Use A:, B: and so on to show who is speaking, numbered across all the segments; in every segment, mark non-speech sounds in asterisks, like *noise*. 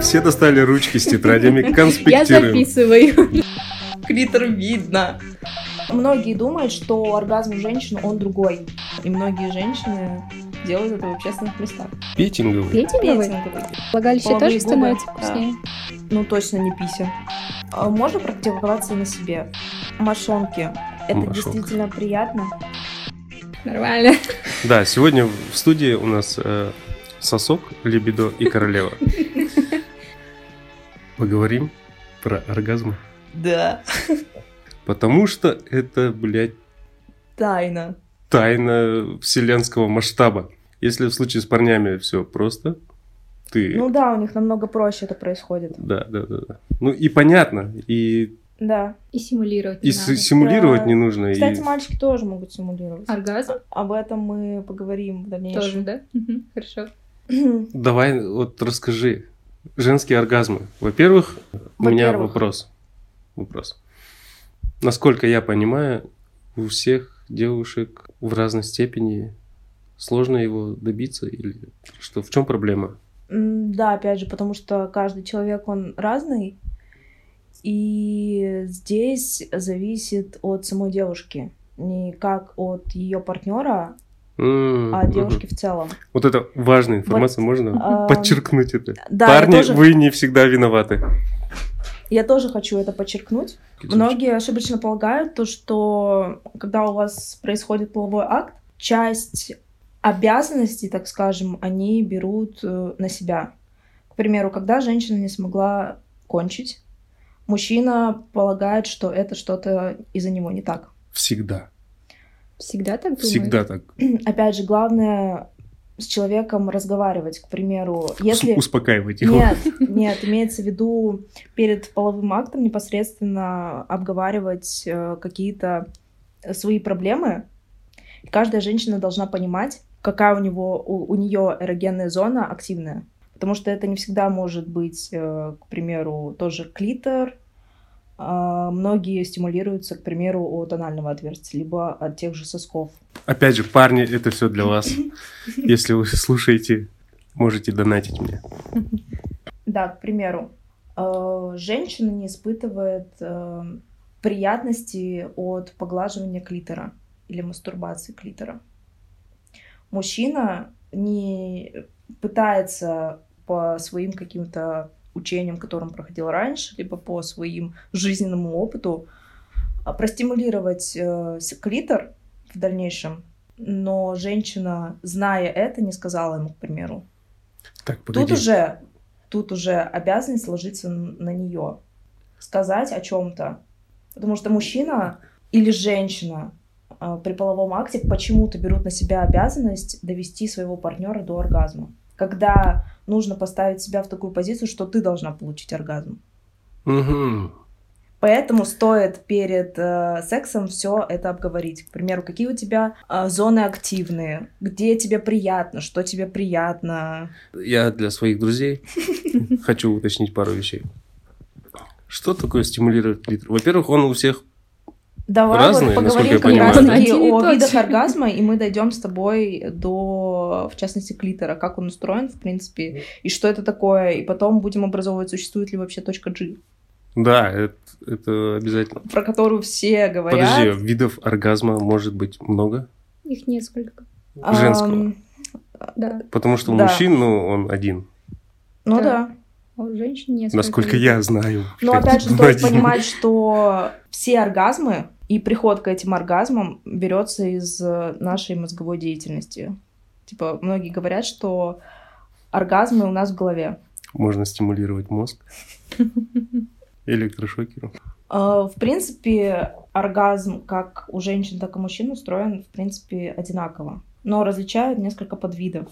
A: Все достали ручки с тетрадями,
B: Я
A: конспектируем.
B: записываю.
C: Клитор видно.
D: Многие думают, что оргазм у женщин он другой.
C: И многие женщины делают это в общественных местах.
D: Ну,
A: Петинговый.
B: Петинговый?
C: Петинговый.
B: Влагалище
D: Половые
B: тоже
D: губы.
B: становится
C: Да.
B: вкуснее.
D: Ну точно не пися. А Можно практиковаться на себе. Мошонки. Это
A: Мошонка.
D: действительно приятно.
B: Нормально.
A: Да, сегодня в студии у нас э, сосок, либидо и королева. Поговорим про оргазмы.
C: Да.
A: Потому что это, блядь,
C: Тайна.
A: тайна вселенского масштаба. Если в случае с парнями все просто, ты...
D: Ну да, у них намного проще это происходит.
A: Да, да, да, да. Ну и понятно, и,
D: Да.
B: И симулировать
A: и
B: не
A: с-
B: надо.
A: симулировать
D: Да.
A: не нужно. и-
D: Кстати, мальчики тоже могут симулировать.
B: Оргазм
D: Об этом мы поговорим в
B: тоже,
D: дальнейшем.
B: да? Мгм, Хорошо.
D: *clears throat*
A: Давай вот расскажи. Женские оргазмы. Во-первых, у меня
D: Во-первых.
A: вопрос. Вопрос. Насколько я понимаю, у всех девушек в разной степени сложно его добиться или что? В чем проблема?
D: М, Да, опять же, потому что каждый человек, он разный. И здесь зависит от самой девушки. Не как от ее партнера,
A: М,
D: а от
A: мгм.
D: девушки в целом.
A: Вот это важная информация, можно
D: А,
A: подчеркнуть это.
D: Да,
A: Парни,
D: я, тоже,
A: вы не всегда виноваты.
D: я тоже хочу это подчеркнуть. Многие ошибочно полагают то, что когда у вас происходит половой акт, часть обязанностей, так скажем, они берут э, на себя. К примеру, когда женщина не смогла кончить, мужчина полагает, что это что-то из-за него не так.
A: Всегда.
B: Всегда так думаешь?
A: Всегда так.
D: Опять же, главное с человеком разговаривать. К примеру, если...
A: Ус- Успокаивать его.
D: Нет, нет, имеется в виду перед половым актом непосредственно обговаривать э, какие-то свои проблемы. И каждая женщина должна понимать, какая у него у, у нее эрогенная зона активная, потому что это не всегда может быть, э, к примеру, тоже клитор. А, Многие стимулируются, к примеру, от анального отверстия, либо от тех же сосков.
A: Опять же, парни, это все для вас. Если вы слушаете, можете донатить мне.
D: Да, к примеру, э, женщина не испытывает э, приятности от поглаживания клитора или мастурбации клитора. Мужчина не пытается по своим каким-то учениям, которым проходил раньше, либо по своим жизненному опыту а, простимулировать э, с- клитор в дальнейшем, но женщина, зная это, не сказала ему, к примеру,
A: Так,
D: Тут
A: погоди.
D: уже, тут уже обязанность ложиться н- на нее, сказать о чем-то. Потому что мужчина или женщина а, при половом акте почему-то берут на себя обязанность довести своего партнера до оргазма. Когда нужно поставить себя в такую позицию, что ты должна получить оргазм.
A: Мгм.
D: Поэтому стоит перед э, сексом все это обговорить. К примеру, какие у тебя э, зоны активные, где тебе приятно, что тебе приятно.
A: Я для своих друзей хочу уточнить пару вещей. Что такое стимулировать клитор? Во-первых, он у всех...
D: Давай
A: Разные,
D: вот
A: насколько
D: поговорим
A: я
D: как
A: понимаю,
D: раз таки
B: да? Один и
D: о
B: тот
D: видах
B: же.
D: оргазма, и мы дойдем с тобой до, в частности, клитора, как он устроен, в принципе, и что это такое, и потом будем образовывать, существует ли вообще точка G,
A: Да, это, это обязательно.
D: про которую все говорят.
A: Подожди, видов оргазма может быть много?
B: Их несколько.
D: Ам, ну
A: Женского.
B: Да.
A: Потому что у
D: Да.
A: мужчин, ну, он один.
D: Ну
B: Да.
D: да.
B: А у женщин несколько.
A: Насколько я знаю. блядь,
D: Но Ну, опять же,
A: он
D: стоит
A: один.
D: понимать, что все оргазмы и приход к этим оргазмам берется из э, нашей мозговой деятельности. Типа, многие говорят, что оргазмы у нас в голове.
A: Можно стимулировать
D: *laughs*
A: мозг. Электрошокером.
D: Э, В принципе, оргазм как у женщин, так и мужчин устроен, в принципе, одинаково. Но различают несколько подвидов.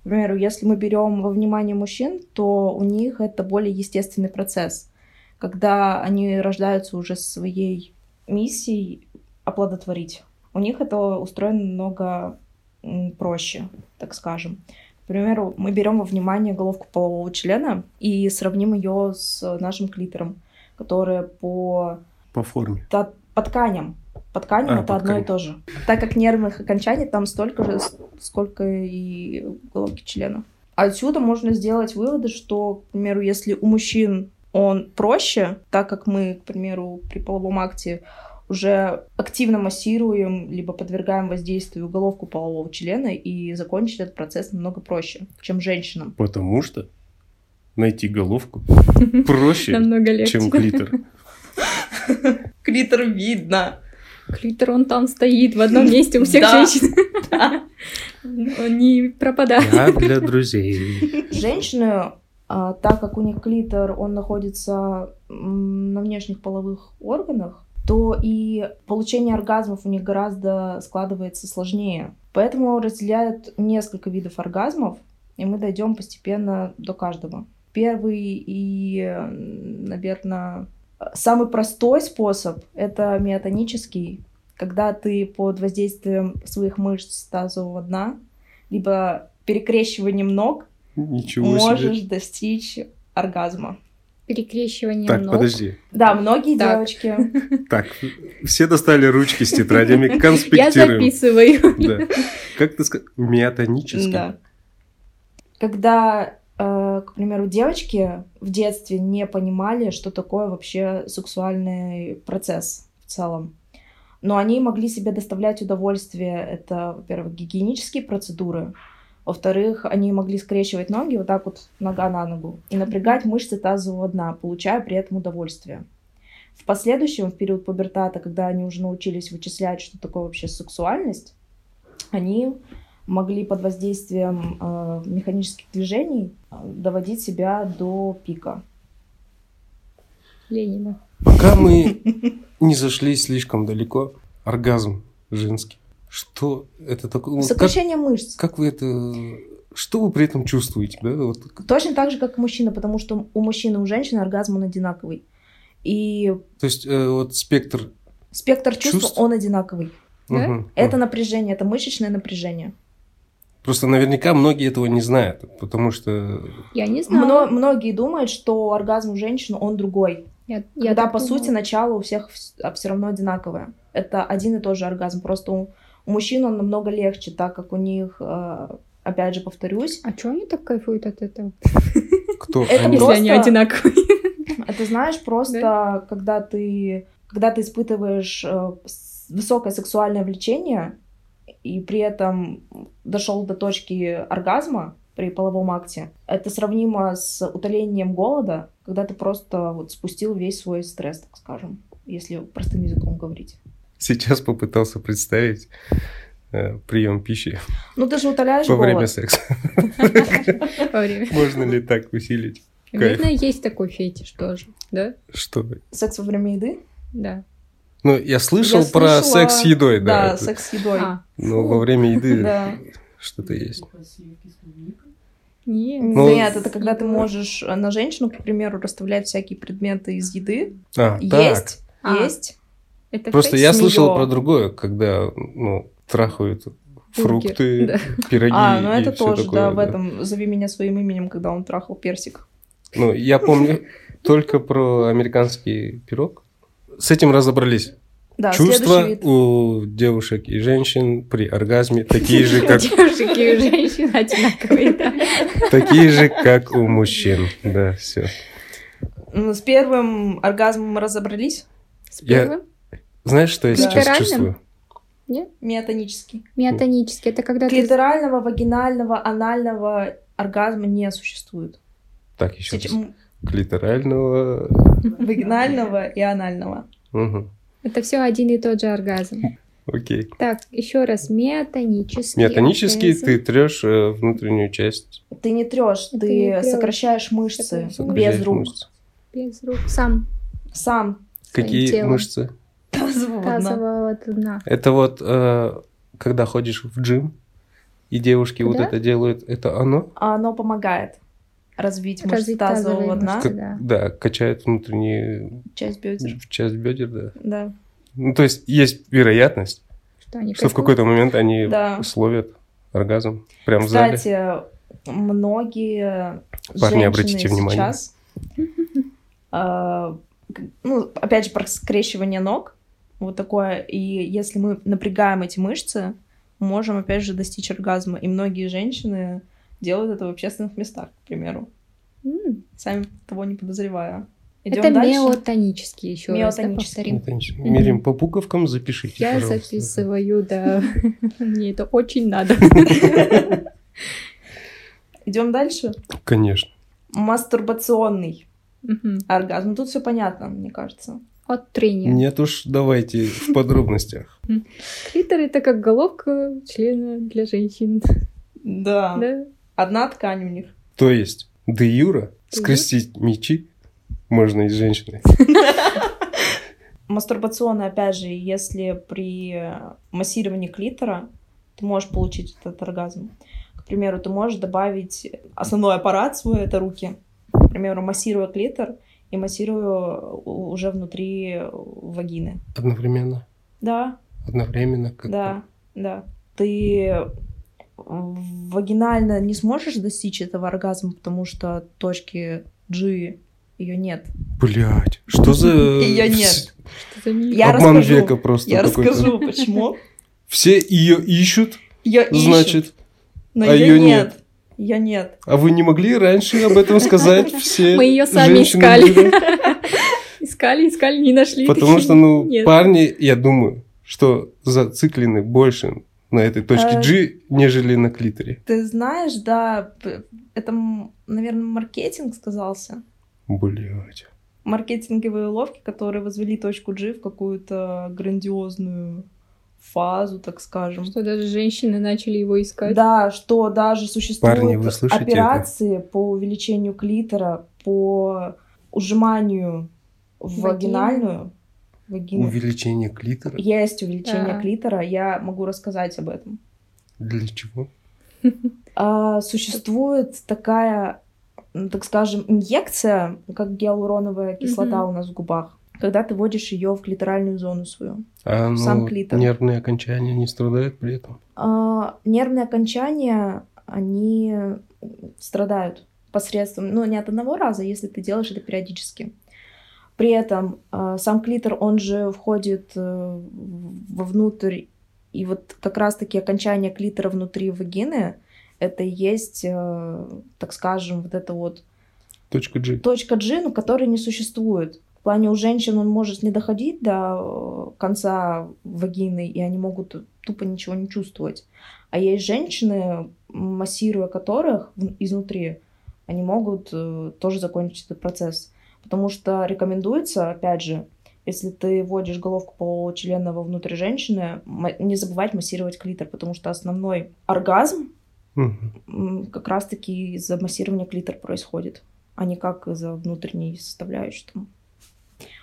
D: К примеру, если мы берем во внимание мужчин, то у них это более естественный процесс, когда они рождаются уже со своей миссией оплодотворить. У них это устроено намного м, проще, так скажем. К примеру, мы берем во внимание головку полового члена и сравним ее с нашим клитором которые по,
A: По форме.
D: та- по тканям. По
A: А,
D: тканям это
A: по
D: одно и
A: тканям.
D: то же. Так как нервных окончаний там столько же, с- сколько и головки члена. Отсюда можно сделать выводы, что, к примеру, если у мужчин он проще, так как мы, к примеру, при половом акте уже активно массируем, либо подвергаем воздействию головку полового члена, и закончить этот процесс намного проще, чем женщинам.
A: Потому что найти головку проще,
B: Намного легче.
A: чем клитор.
E: Клитор видно.
B: *laughs* Клитор, он там стоит в одном месте у всех
E: Да.
B: женщин. Он не пропадает.
A: Я А для друзей.
D: Женщины, а, так как у них клитор, он находится м, на внешних половых органах, то и получение оргазмов у них гораздо складывается сложнее. Поэтому разделяют несколько видов оргазмов, и мы дойдем постепенно до каждого. Первый и, наверное, самый простой способ — это миотонический, когда ты под воздействием своих мышц тазового дна, либо перекрещиванием ног,
A: Ничего
D: можешь
A: себе.
D: достичь оргазма.
B: Перекрещивание
A: Так,
B: ног.
A: подожди.
D: Да, многие
B: Так.
D: девочки.
A: Так, все достали ручки с тетрадями,
B: Я
A: конспектируем.
B: записываю.
A: Да. Как ты сказал? Миотонически.
D: Да. Когда, э, к примеру, девочки в детстве не понимали, что такое вообще сексуальный процесс в целом. Но они могли себе доставлять удовольствие. Это, во-первых, гигиенические процедуры. Во-вторых, они могли скрещивать ноги вот так вот нога на ногу и напрягать мышцы тазового дна, получая при этом удовольствие. В последующем, в период пубертата, когда они уже научились вычислять, что такое вообще сексуальность, они могли под воздействием э, механических движений э, доводить себя до пика.
B: Ленина.
A: Пока мы не зашли слишком далеко, оргазм женский. Что это такое? Ну, Как,
D: Сокращение мышц.
A: как вы это... Что вы при этом чувствуете? Да? Вот,
D: Точно так же, как и мужчина, потому что у мужчин и у женщины оргазм он одинаковый. И
A: то есть э, вот спектр...
D: спектр чувств,
A: Чувств?
D: он одинаковый.
B: Да?
A: Мгм.
D: Это
A: Мгм.
D: напряжение, это мышечное напряжение.
A: Просто наверняка многие этого не знают, потому что...
B: Я не
D: Мно-
B: знаю.
D: многие думают, что оргазм у женщин он другой.
B: Я, я
D: Когда,
B: так
D: по
B: думала.
D: сути, начало у всех все равно одинаковое. Это один и тот же оргазм. Просто у, у мужчин он намного легче, так как у них, э, опять же, повторюсь,
B: А чё они так кайфуют от этого?
A: Кто
D: Это
A: они?
B: Если они
D: Просто-
B: *laughs* одинаковые.
D: А ты знаешь, просто когда ты когда ты испытываешь э, с- высокое сексуальное влечение и при этом дошел до точки оргазма при половом акте, это сравнимо с утолением голода, когда ты просто вот спустил весь свой стресс, так скажем, если простым языком говорить.
A: Сейчас попытался представить э, прием пищи
D: Ну ты же утоляешь
A: во
D: голод.
A: время секса. *laughs*
B: во время.
A: Можно ли так усилить? Кайф.
B: Видно, есть такой фетиш тоже, да?
A: Что? вы?
D: Секс во время еды?
B: Да.
A: Ну, я слышал
D: Я
A: про
D: слышала-
A: секс с едой, да.
D: Да,
A: это-
D: секс с едой.
B: А,
A: Но во время еды
D: *laughs* Да.
A: что-то есть.
B: нет.
A: Ну,
D: Нет, это когда ты можешь э, на женщину, к примеру, расставлять всякие предметы из еды.
A: А, так.
D: Есть,
B: А.
D: есть.
B: Это
A: Просто
B: секс
A: я
D: с
A: слышал
D: неё.
A: про другое, когда ну, трахают фрукты,
D: *laughs*
B: да.
A: пироги.
D: А, ну
A: и
D: это
A: всё
D: тоже,
A: такое,
D: да, в этом «Зови меня своим именем», когда он трахал персик.
A: Ну, я помню только про американский пирог. С этим разобрались.
D: Да,
A: Чувства
D: следующий вид.
A: у девушек и женщин при
D: *laughs*
A: оргазме такие же, как,
B: Девушек и женщин одинаковые, да.
A: такие же, как у мужчин. Да, все.
D: Ну, С первым оргазмом мы разобрались,
B: С
A: Я-
B: первым.
A: Знаешь, что я сейчас
B: Клиторальным?
A: чувствую?
D: миотонический.
B: Миотонический. Это когда ты...
D: Клиторального, вагинального, анального оргазма не существует.
A: Так, еще
D: Сейчас-
A: раз.
D: м,
A: Клиторального.
D: Вагинального и анального.
A: Мгм.
B: Это все один и тот же оргазм.
A: Окей.
B: Так, еще раз. Миотонический.
A: Миотонический
B: оргазм.
A: ты трешь э, внутреннюю часть
D: Ты не трешь,
B: Ты
D: ты,
B: не трёшь.
D: сокращаешь мышцы
B: Это
D: без
A: сокращаешь
D: рук.
A: мышц.
B: Без рук. Сам.
D: Сам.
B: своим
A: Какие
B: телом.
A: мышцы?
D: Тазово.
B: Тазового дна.
A: Это вот э, когда ходишь в джим, и девушки вот
B: Да?
A: это делают, это оно?
D: А Оно помогает развить мышцы
B: Развить тазовые
D: тазового дна,
B: мышцы.
A: Как-
B: да.
A: качает внутренние
D: часть бедер.
A: в часть бедер, да.
D: Да.
A: Ну, то есть есть вероятность,
B: Что они
A: что в
B: кайфуют.
A: какой-то момент они
D: Да.
A: словят оргазм прям в зале.
D: Кстати, многие
A: Парни,
D: женщины
A: обратите внимание.
D: сейчас, э, к- ну, опять же, про скрещивание ног, вот такое, и если мы напрягаем эти мышцы, можем, опять же, достичь оргазма. И многие женщины делают это в общественных местах, к примеру,
B: М,
D: сами того не подозревая. Идем
B: Это
D: дальше.
B: меотонический еще раз, да,
F: Меотонический.
B: повторим.
A: Это ничего.
B: Мгм.
A: Мерим по буковкам, запишите,
B: Я
A: пожалуйста.
B: записываю, да. *laughs* Мне это очень надо.
A: *laughs*
D: Идем дальше.
A: Конечно.
D: Мастурбационный
B: Мгм.
D: оргазм. Тут все понятно, мне кажется.
B: От трения.
A: Нет уж, давайте в подробностях.
B: Клитор это как головка члена для женщин.
D: Да.
B: Да?
D: Одна ткань у них.
A: То есть, де юра, скрестить мечи можно и с женщиной.
F: Мастурбационно, опять же, если при массировании клитора ты можешь получить этот оргазм. К примеру, ты можешь добавить основной аппарат свой, это руки. К примеру, массируя клитор и массируя у- уже внутри вагины.
A: Одновременно.
F: Да,
A: Одновременно. Как
F: Да, да. Ты вагинально не сможешь достичь этого оргазма, потому что точки G ее нет.
A: Блять, что за...
D: Её нет.
A: вс-
B: Что за мир?
F: Я
A: Обман
F: расскажу.
A: века просто
D: Я
A: какой-то.
D: расскажу, почему.
A: Все ее ищут,
D: Ее ищут,
A: значит.
D: но
A: а
D: ее
A: её
D: нет. Ее нет.
A: А вы не могли раньше об этом сказать? Все
B: Мы ее сами
A: женщины
B: искали.
A: мира?
B: *laughs* Искали, искали, не нашли.
A: Потому что,
D: *laughs*
A: ну,
B: Нет.
A: парни, я думаю, что зациклены больше на этой точке
F: А.
A: G, нежели на клиторе.
D: Ты знаешь, да, п- это, наверное, маркетинг сказался.
A: Блять.
D: Маркетинговые уловки, которые возвели точку G в какую-то грандиозную фазу, так скажем.
B: Что даже женщины начали его искать.
D: Да, что даже существуют
A: Парни, вы слышите
D: операции по увеличению клитора, по ужиманию в
B: Вагины.
D: вагинальную. вагину.
A: Увеличение клитора?
D: Есть увеличение
B: Да.
D: клитора, я могу рассказать об этом.
A: Для чего?
D: А, существует такая, м, так скажем, инъекция, как гиалуроновая кислота
B: Мгм.
D: у нас в губах, когда ты вводишь ее в клиторальную зону свою.
A: А ну,
D: Сам клитор.
A: нервные окончания не страдают при этом?
D: А, нервные окончания, они страдают посредством, ну, не от одного раза, если ты делаешь это периодически. При этом а, сам клитор, он же входит э, в- вовнутрь, и вот как раз-таки окончание клитора внутри вагины, это и есть, э, так скажем, вот это вот
A: Точка G.
D: точка G, ну, которой не существует. В плане у женщин он может не доходить до э, конца вагины, и они могут тупо ничего не чувствовать. А есть женщины, массируя которых в- изнутри, они могут э, тоже закончить этот процесс. Потому что рекомендуется, опять же, если ты вводишь головку полового члена вовнутрь женщины, ма- не забывать массировать клитор, потому что основной оргазм
A: Мгм.
D: м, как раз-таки из-за массирования клитор происходит, а не как из-за внутренней составляющей. там.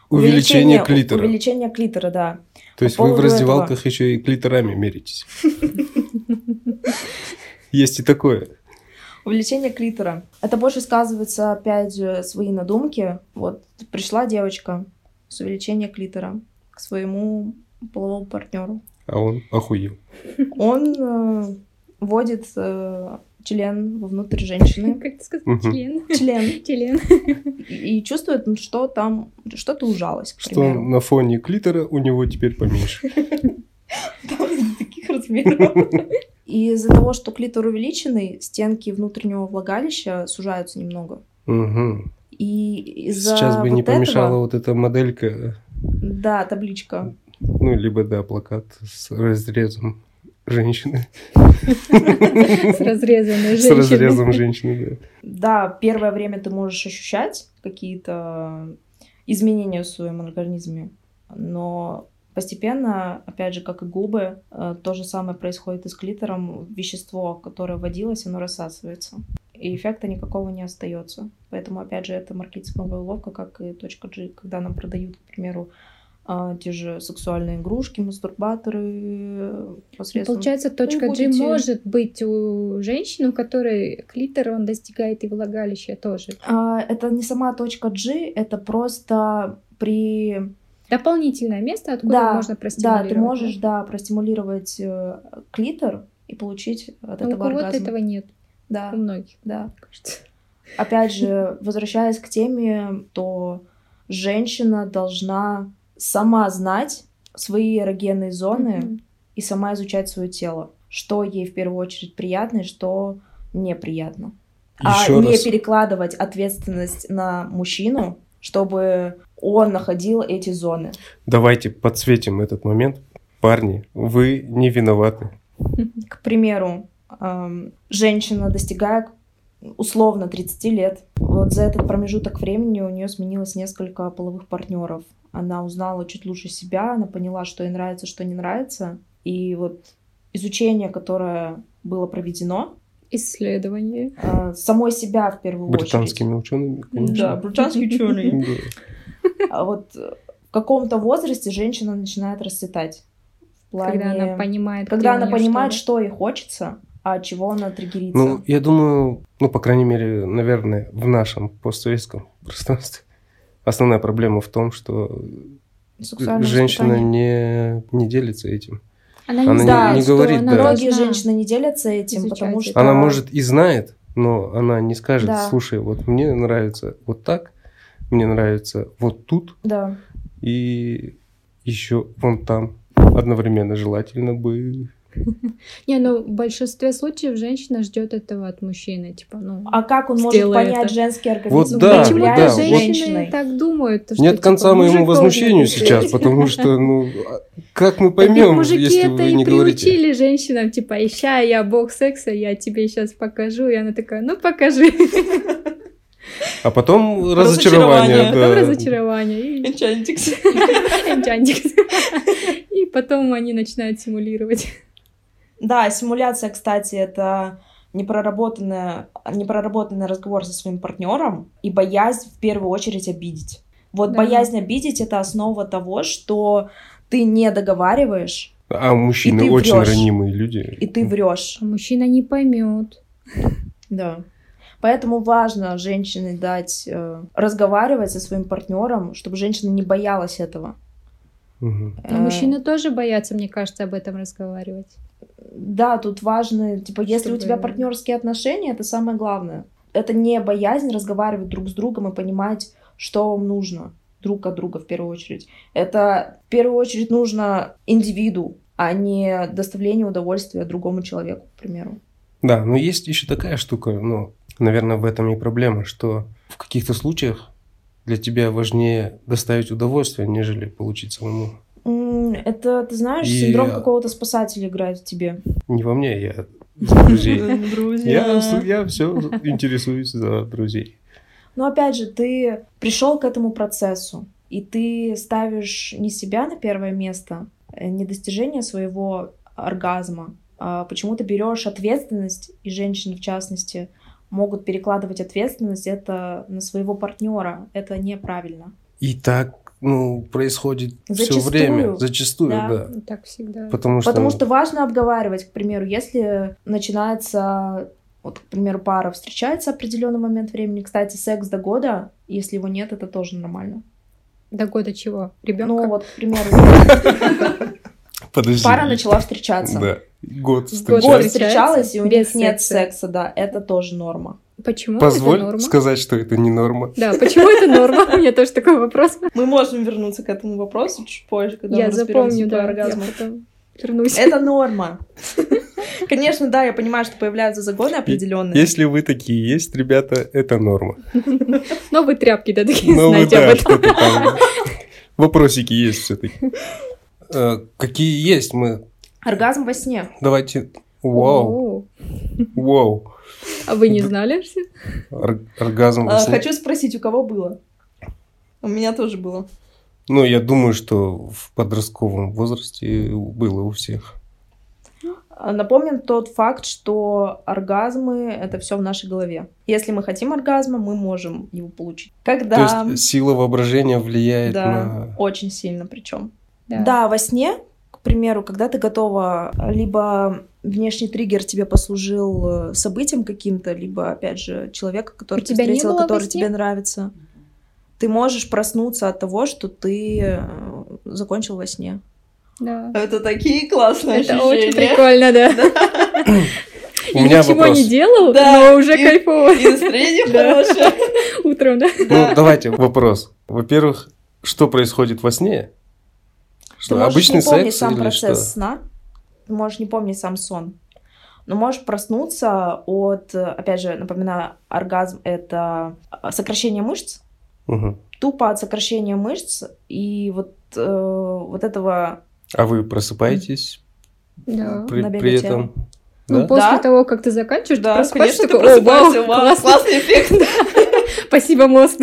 A: Увеличение,
D: у-
A: клитора.
D: Увеличение клитора, да.
A: То есть
D: по
A: вы в
D: поводу
A: раздевалках еще и клиторами меритесь. Есть и такое.
D: Увеличение клитора. Это больше сказывается, опять же, свои надумки. Вот пришла девочка с увеличением клитора к своему половому партнеру.
A: А он охуел.
D: Он э, вводит э, член
B: *laughs*
D: вовнутрь женщины.
B: Ну, Как ты сказал,
A: Мгм.
B: член.
A: *laughs*
D: Член.
B: Член.
D: И, и чувствует, ну, что там что-то ужалось, к
A: Что
D: примеру.
A: на фоне клитора у него теперь поменьше.
D: Там таких размеров. И из-за того, что клитор увеличенный, стенки внутреннего влагалища сужаются немного.
A: Мгм.
D: И из-за
A: Сейчас бы не
D: вот этого-
A: помешала вот эта моделька, э,
D: Да, табличка.
A: ну, либо, да, плакат с разрезом женщины.
B: С разрезанной
A: С
B: женщиной.
A: разрезом женщины, да.
D: Да, первое время ты можешь ощущать какие-то изменения в своем организме, но постепенно, опять же, как и губы, э, то же самое происходит и с клитором. Вещество, которое вводилось, оно рассасывается. И эффекта никакого не остается. Поэтому, опять же, это маркетинговая уловка, как и точка G, когда нам продают, к примеру, а, те же сексуальные игрушки, мастурбаторы, э, посредством...
B: Получается, точка G
D: Ну, будете-
B: может быть у женщин, у которой клитор, он достигает и влагалища тоже.
D: А, это не сама точка G, это просто при
B: Дополнительное место, откуда
D: Да,
B: можно
D: Да,
B: простимулировать.
D: ты можешь, да, простимулировать э, клитор и получить от
B: Но А у
D: этого
B: кого-то
D: оргазм.
B: этого нет,
D: Да,
B: у многих,
D: да.
B: кажется.
D: Опять же, возвращаясь к теме, то женщина должна сама знать свои эрогенные зоны
B: Мгм.
D: и сама изучать свое тело, что ей в первую очередь приятно и что неприятно.
A: Еще
D: а не
A: раз.
D: перекладывать ответственность на мужчину, чтобы он находил эти зоны.
A: Давайте подсветим этот момент. Парни, вы не виноваты.
D: К примеру, эм, женщина достигает условно 30 лет. Вот за этот промежуток времени у нее сменилось несколько половых партнеров. Она узнала чуть лучше себя, она поняла, что ей нравится, что не нравится. И вот изучение, которое было проведено,
B: Исследование.
D: э, самой себя в первую
A: Британскими учеными,
D: очередь. Да,
A: конечно.
D: британские ученые.
A: Да.
D: *laughs* А вот э, в каком-то возрасте женщина начинает расцветать. В плане...
B: Когда она понимает,
D: когда
B: где у
D: она
B: неё
D: понимает,
B: что.
D: что ей хочется, а от чего она триггерится.
A: Ну, я думаю, ну, по крайней мере, наверное, в нашем постсоветском пространстве основная проблема в том, что
D: Сексуальное
A: женщина
D: воспитание.
A: не, не делится этим.
B: Она
A: она
B: не
A: не-
B: знает,
A: не
B: что
A: говорит,
B: она
A: да.
D: Многие
B: должна.
D: женщины не делятся этим,
B: изучать
D: потому
B: это.
D: что...
A: Она, может, и знает, но она не скажет,
D: Да.
A: слушай, вот мне нравится вот так, мне нравится вот тут
D: Да.
A: и еще вон там. Одновременно желательно бы...
B: Не, ну в большинстве случаев женщина ждет этого от мужчины, типа, ну.
D: А как он
B: Сделай
D: может понять
B: это.
D: женский организм?
A: Вот
B: ну,
A: да,
B: почему-то
A: да, вот-
B: женщины так думают? то, что,
A: Нет
B: типа,
A: конца моему
B: мужик должен
A: возмущению
B: быть.
A: сейчас, потому
B: *laughs*
A: что, ну, а как мы
B: Так ведь
A: поймем,
B: мужики
A: если
B: это
A: вы
B: и
A: не говорите?
B: приучили женщинам, типа, ища, я бог секса, я тебе сейчас покажу. И она такая, ну
A: *laughs*
B: покажи.
A: А потом разочарование.
B: А потом
A: да.
B: разочарование. и- *laughs* Энчантикс. *laughs* И потом они начинают симулировать.
D: *laughs* Да, симуляция, кстати, это непроработанная- непроработанный разговор со своим партнером и боязнь в первую очередь обидеть. Вот
B: Да.
D: боязнь обидеть это основа того, что ты не договариваешь
A: А мужчины
D: И ты
A: очень
D: врёшь.
A: ранимые люди.
D: и ты врешь.
B: А мужчина не поймет.
D: Да. Поэтому важно женщине дать э, разговаривать со своим партнером, чтобы женщина не боялась этого.
A: Мгм.
B: А
D: Э,
B: мужчины тоже боятся, мне кажется, об этом разговаривать.
D: Да, тут важно, типа, если у
B: Чтобы-
D: тебя партнерские отношения, это самое главное. Это не боязнь разговаривать друг с другом и понимать, что вам нужно друг от друга в первую очередь. Это в первую очередь нужно индивиду, а не доставление удовольствия другому человеку, к примеру.
A: Да, но есть еще такая штука, ну, наверное, в этом и проблема, что в каких-то случаях для тебя важнее доставить удовольствие, нежели получить самому.
D: М, Это, ты знаешь,
A: И-
D: синдром какого-то спасателя играет в тебе.
A: Не во мне, я за
D: *laughs*
A: друзей. Я,
D: Друзья.
A: все интересуюсь за друзей.
D: Но опять же, ты пришел к этому процессу, и ты ставишь не себя на первое место, э, не достижение своего оргазма, а почему-то берешь ответственность, и женщины в частности могут перекладывать ответственность это на своего партнера. Это неправильно.
A: И так, ну, происходит все
D: Зачастую.
A: время. Зачастую,
D: Да.
A: да.
B: Ну, Так всегда.
A: Потому что,
D: Потому что важно обговаривать, к примеру, если начинается, вот, к примеру, пара встречается в определенный момент времени. Кстати, секс до года, если его нет, это тоже нормально.
B: До года чего?
D: Ну
B: Ребенка?
D: вот, к примеру,
A: ну, Подожди.
D: пара начала встречаться.
A: Да. Год
D: Год
A: встречались.
D: встречалась, и у
B: Без
D: них нет
B: секса.
D: секса, да, это тоже норма.
B: Почему это
A: Позволь
B: норма?
A: сказать, что это не норма.
B: Да, почему это норма? У меня тоже такой вопрос.
D: Мы можем вернуться к этому вопросу чуть позже, когда
B: Я
D: мы разберемся
B: запомню,
D: про
B: да, я
D: оргазм.
B: потом вернусь.
D: Это норма. *laughs* Конечно, да, я понимаю, что появляются загоны определенные.
A: Если вы такие есть, ребята, это норма.
B: Новые тряпки, да, такие,
A: Ну,
B: знаете
A: да,
B: об этом.
A: что-то там. Вопросики есть все-таки. Какие есть мы?
D: Оргазм во сне.
A: Давайте... Вау,
B: О,
A: вау.
B: А вы не знали все?
A: Ор- Оргазм во
D: А,
A: сне.
D: Хочу спросить, у кого было? У меня тоже было.
A: Ну, я думаю, что в подростковом возрасте было у всех.
D: А, Напомним тот факт, что оргазмы — это все в нашей голове. Если мы хотим оргазма, мы можем его получить. Когда...
A: То есть э, сила воображения влияет
D: Да,
A: на...
D: очень сильно причем. Да. во сне, к примеру, когда ты готова, либо внешний триггер тебе послужил э, событием каким-то, либо, опять же, человека, который
B: У
D: ты
B: тебя не
D: встретила,
B: было во
D: который
B: сне?
D: тебе нравится. Ты можешь проснуться от того, что ты э, закончил во сне.
B: Да.
G: Это такие классные
B: Это очень прикольно, да.
A: У
B: Я
A: меня
B: ничего
A: вопрос.
B: не делал,
G: Да,
B: но уже
G: и-
B: кайфово
G: И настроение хорошее.
B: утром, да.
A: Ну, давайте вопрос. Во-первых, что происходит во сне?
D: Ты
A: Что,
D: можешь
A: обычный
D: не помнить
A: секс
D: сам
A: или
D: процесс
A: что?
D: сна, ты можешь не помнить сам сон. Но можешь проснуться от, опять же, напоминаю, оргазм — это э, сокращение мышц,
A: Мгм.
D: тупо от сокращения мышц и вот, э, вот этого...
A: А вы просыпаетесь
B: Да.
A: при,
D: на
A: при
D: беготе.
A: этом?
B: Ну,
A: Да?
B: после
D: Да.
B: того, как ты заканчиваешь, ты просыпаешься,
D: конечно, ты
B: такой, «О,
D: просыпаешься,
B: вау,
D: вау,
B: класс».
D: *laughs* классный эффект.
B: Спасибо, мост.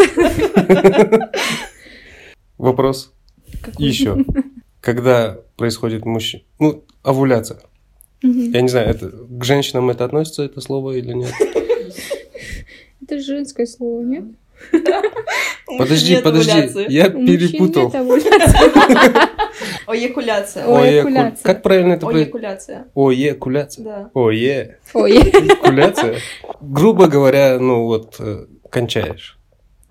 A: Вопрос еще. Когда происходит мужчина... Ну, овуляция.
B: Мгм.
A: Я не знаю, это к женщинам это относится, это слово или нет?
B: Это женское слово, нет?
D: У мужчин
A: Подожди,
D: нет
A: подожди,
D: овуляции.
A: я
B: У мужчин
A: перепутал.
B: нет овуляции.
D: Оекуляция.
B: Ой,
A: Ое-
B: экуляция.
A: Как правильно это произносится?
D: Оекуляция,
A: Ое, куляция.
D: да.
A: Ое,
B: Ой, *laughs*
A: куляция. Грубо говоря, ну вот, э, кончаешь.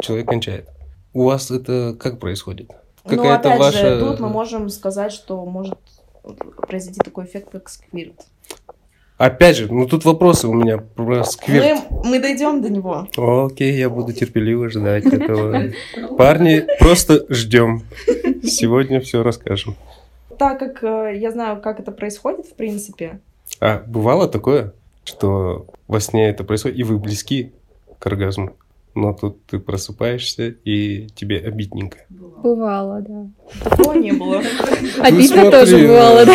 A: Человек кончает. У вас это как происходит?
D: ну,
A: Какая-то
D: опять
A: ваша...
D: же, тут мы можем сказать, что может произойти такой эффект, как сквирт.
A: Опять же, ну тут вопросы у меня про сквирт.
D: Мы, мы дойдем до него.
A: Окей, я буду терпеливо ждать этого. Парни, просто ждем. Сегодня все расскажем.
D: Так как э, я знаю, как это происходит, в принципе,
A: А бывало такое, что во сне это происходит, и вы близки к оргазму, но тут ты просыпаешься, и тебе обидненько.
B: бывало, да.
D: такого не было.
B: Обидно
A: Ну, смотри,
B: тоже бывало, да.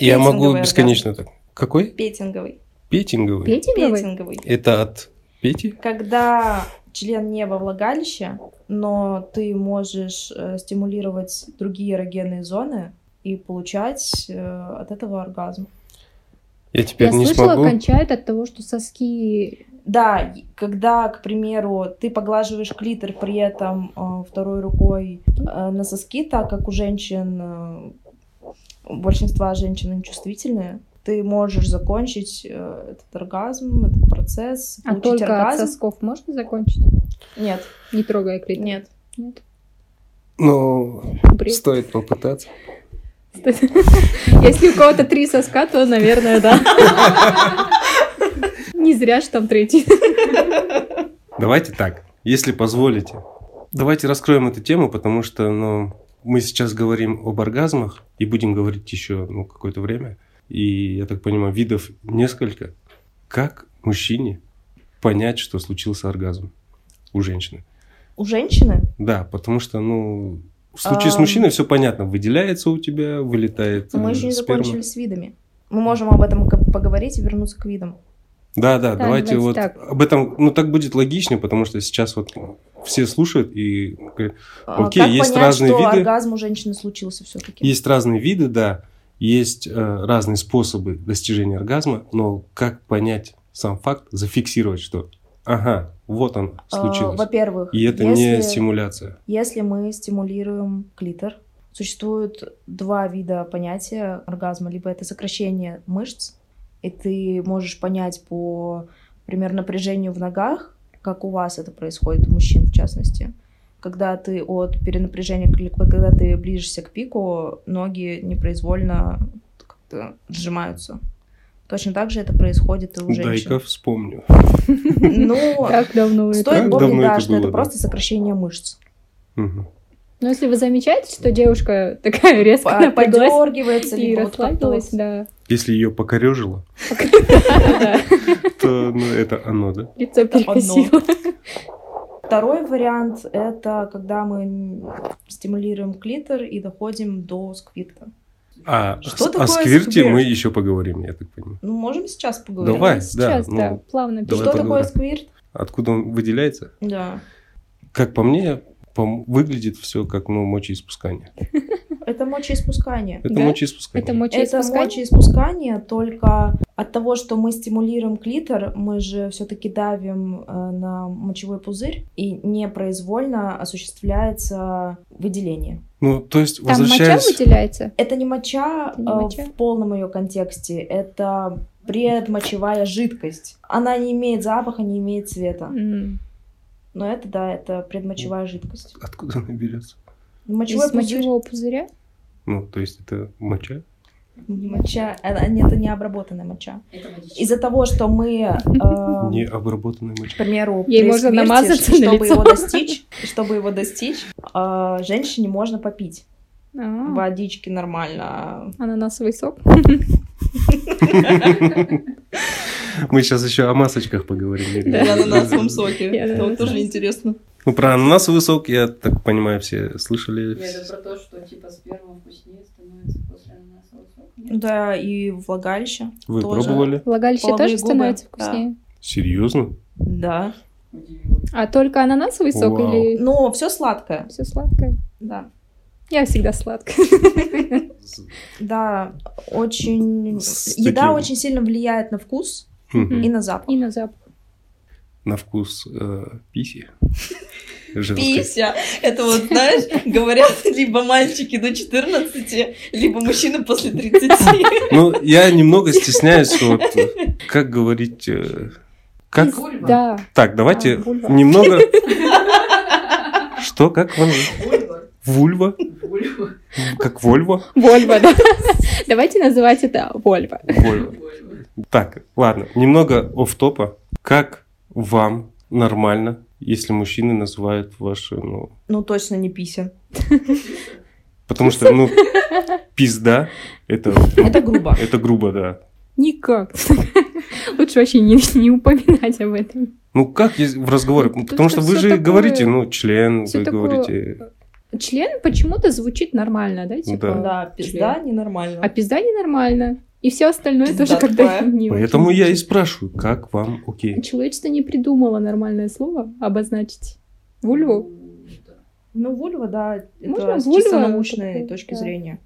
A: Я могу
D: Петинговый
A: бесконечно так. Какой?
D: Петинговый.
A: Петинговый?
B: Петинговый?
D: Петинговый.
A: Это от Пети?
D: Когда член не во влагалище, но ты можешь э, стимулировать другие эрогенные зоны и получать э, от этого оргазм.
A: Я теперь
B: Я
A: не
B: слышала,
A: смогу.
B: кончают от того, что соски...
D: Да, и когда, к примеру, ты поглаживаешь клитор при этом э, второй рукой э, на соски, так как у женщин, э, у большинства женщин они чувствительные, ты можешь закончить э, этот оргазм, этот процесс,
B: А
D: получить
B: только от
D: оргазм.
B: сосков можно закончить?
D: Нет,
B: Не трогая клитор?
D: нет.
B: Нет.
A: Ну,
B: Бред.
A: стоит попытаться.
B: *laughs* Если у кого-то три соска, то, наверное, да. *laughs* Не зря же там третий.
A: Давайте так, если позволите. Давайте раскроем эту тему, потому что ну, мы сейчас говорим об оргазмах и будем говорить еще ну, какое-то время. И, я так понимаю, видов несколько. Как мужчине понять, что случился оргазм у женщины?
D: У женщины
A: Да, потому что, ну, в случае с
D: Ам.
A: мужчиной все понятно. Выделяется у тебя, вылетает
D: мы
A: э,
D: еще не
A: сперма.
D: закончили с видами. Мы можем об этом ко- поговорить и вернуться к видам.
A: Да, да,
B: Да,
A: давайте
B: давайте
A: вот
B: так.
A: об этом, ну так будет логичнее, потому что сейчас вот все слушают и говорят,
D: А,
A: Окей,
D: как
A: есть
D: понять,
A: разные
D: что
A: виды.
D: оргазм у женщины случился все-таки?
A: Есть разные виды, да, есть э, разные способы достижения оргазма, но как понять сам факт, зафиксировать, что ага, вот он случилось.
D: Э, Во-первых,
A: И это не
D: А, если-
A: стимуляция.
D: Если мы стимулируем клитор, существует два вида понятия оргазма. Либо это сокращение мышц, и ты можешь понять по, например, напряжению в ногах, как у вас это происходит, у мужчин в частности. Когда ты от перенапряжения, кли- когда ты ближишься к пику, ноги непроизвольно как-то сжимаются. Точно так же это происходит и у
A: Дай-ка
D: женщин.
A: вспомню.
D: Ну,
B: Так давно это.
D: стоит
A: Как давно
D: помнить, да,
A: это
D: что это
A: было, да?
D: просто сокращение мышц.
A: Мгм.
B: Но Ну, если вы замечаете, что девушка такая резко
D: По-
B: напряглась
D: Подергивается,
B: и
D: А, либо вот как-то
B: расслабилась,
D: вот
B: да. *laughs*
A: Если ее покорежило,
B: Да,
A: то ну, это оно, да?
B: Лицо перекосило.
D: Второй вариант — это когда мы стимулируем клитор и доходим до сквирта.
A: А
D: Что
A: с- о
D: такое
A: сквирте
D: сквирт?
A: мы еще поговорим, я так понимаю.
D: Ну, можем сейчас поговорить?
A: Давай, да.
B: Сейчас,
A: ну,
B: да, плавно
A: давай
D: Что
B: перейдем.
A: поговорим.
D: такое сквирт?
A: Откуда он выделяется?
D: Да.
A: Как по мне, пом- выглядит все как ну, мочеиспускание.
D: Это мочеиспускание.
A: Это
B: Да?
A: мочеиспускание.
B: Это
D: Это
B: мочеиспускание?
D: мочеиспускание только от того, что мы стимулируем клитор, мы же все-таки давим э, на мочевой пузырь, и непроизвольно осуществляется выделение.
A: Ну, то есть,
B: Там моча
A: возвращаясь...
B: выделяется?
D: Это не моча,
B: Это не
D: э,
B: моча?
D: в полном ее контексте, это предмочевая жидкость. Она не имеет запаха, не имеет цвета.
B: М.
D: Но это, да, это предмочевая жидкость.
A: Откуда она берется?
D: Мочевой
B: Из
D: пузырь.
B: мочевого пузыря?
A: Ну, то есть, это моча?
D: Моча, она, не- это необработанная моча. Из-за того, что мы, э,
A: Не обработанный
D: к
A: моча.
D: примеру,
B: Ей
D: при
B: можно
D: скверте,
B: намазаться
D: ш-
B: на
D: чтобы
B: лицо.
D: его достичь, чтобы его достичь, э, женщине можно попить
B: А,
D: водички нормально.
B: Ананасовый сок?
A: Мы сейчас еще о масочках поговорим.
D: Да, на ананасовом
B: *laughs*
D: соке.
B: И
D: Это
B: ананас.
D: тоже интересно.
A: Ну, про ананасовый сок, я так понимаю, все слышали.
H: Нет, это про то, что типа с первого вкуснее становится после ананасового сока. Нет?
D: Да, и влагалище.
A: Вы
D: тоже.
A: пробовали?
B: Влагалище
D: Половые
B: тоже
D: губы,
B: становится
D: да.
B: вкуснее.
A: Серьезно?
D: Да.
H: Удивило.
B: А только ананасовый сок
A: Вау.
B: или
D: Но все сладкое.
B: все сладкое?
D: Да.
B: Я всегда сладкая. *laughs*
D: Да, очень...
A: С
D: Еда
A: таким-
D: очень сильно влияет на вкус
A: Хм.
D: и на запах.
B: И на запах.
A: На вкус э, писи. Женской.
D: Пися. Это вот, знаешь, говорят либо мальчики до 14, либо мужчины после 30.
A: Ну, я немного стесняюсь, что вот, э, как говорить... э, Как...
H: Вульва.
B: Да.
A: Так, давайте
B: А, вульва.
A: немного...
D: *laughs*
A: Что, как вам?
H: Вульва.
A: Вульва?
H: Вульва.
A: Как Вольво?
B: Вольва, да. *laughs* Давайте называть это Вольва.
A: Вольво.
H: Вульва.
A: Так, ладно, немного оф топа. Как вам нормально, если мужчины называют ваши, ну,
D: Ну, точно не пися.
A: потому что,
B: *laughs*
A: ну, пизда, это,
D: Это грубо.
A: это грубо, да.
B: Никак. *laughs* Лучше вообще не, не упоминать об этом.
A: Ну, как если в разговоре?
B: Ну, тут
A: Потому что
B: это
A: вы
B: всё
A: же
B: такое-
A: говорите, ну, член,
B: всё
A: вы
B: такое-
A: говорите.
B: Член почему-то звучит нормально, да?
A: Ну Да.
D: Да, пизда
B: А
D: ненормально.
B: пизда ненормально. И все остальное
D: Пизда
B: тоже
D: тупая.
B: как-то не
A: Поэтому
B: очень.
A: я и спрашиваю, как вам окей?
B: Человечество не придумало нормальное слово обозначить вульву.
H: Да.
D: Ну, вульва, да,
B: Можно
D: это с чисто
B: вульва,
D: научной
B: такое,
D: точки
B: да.
D: зрения.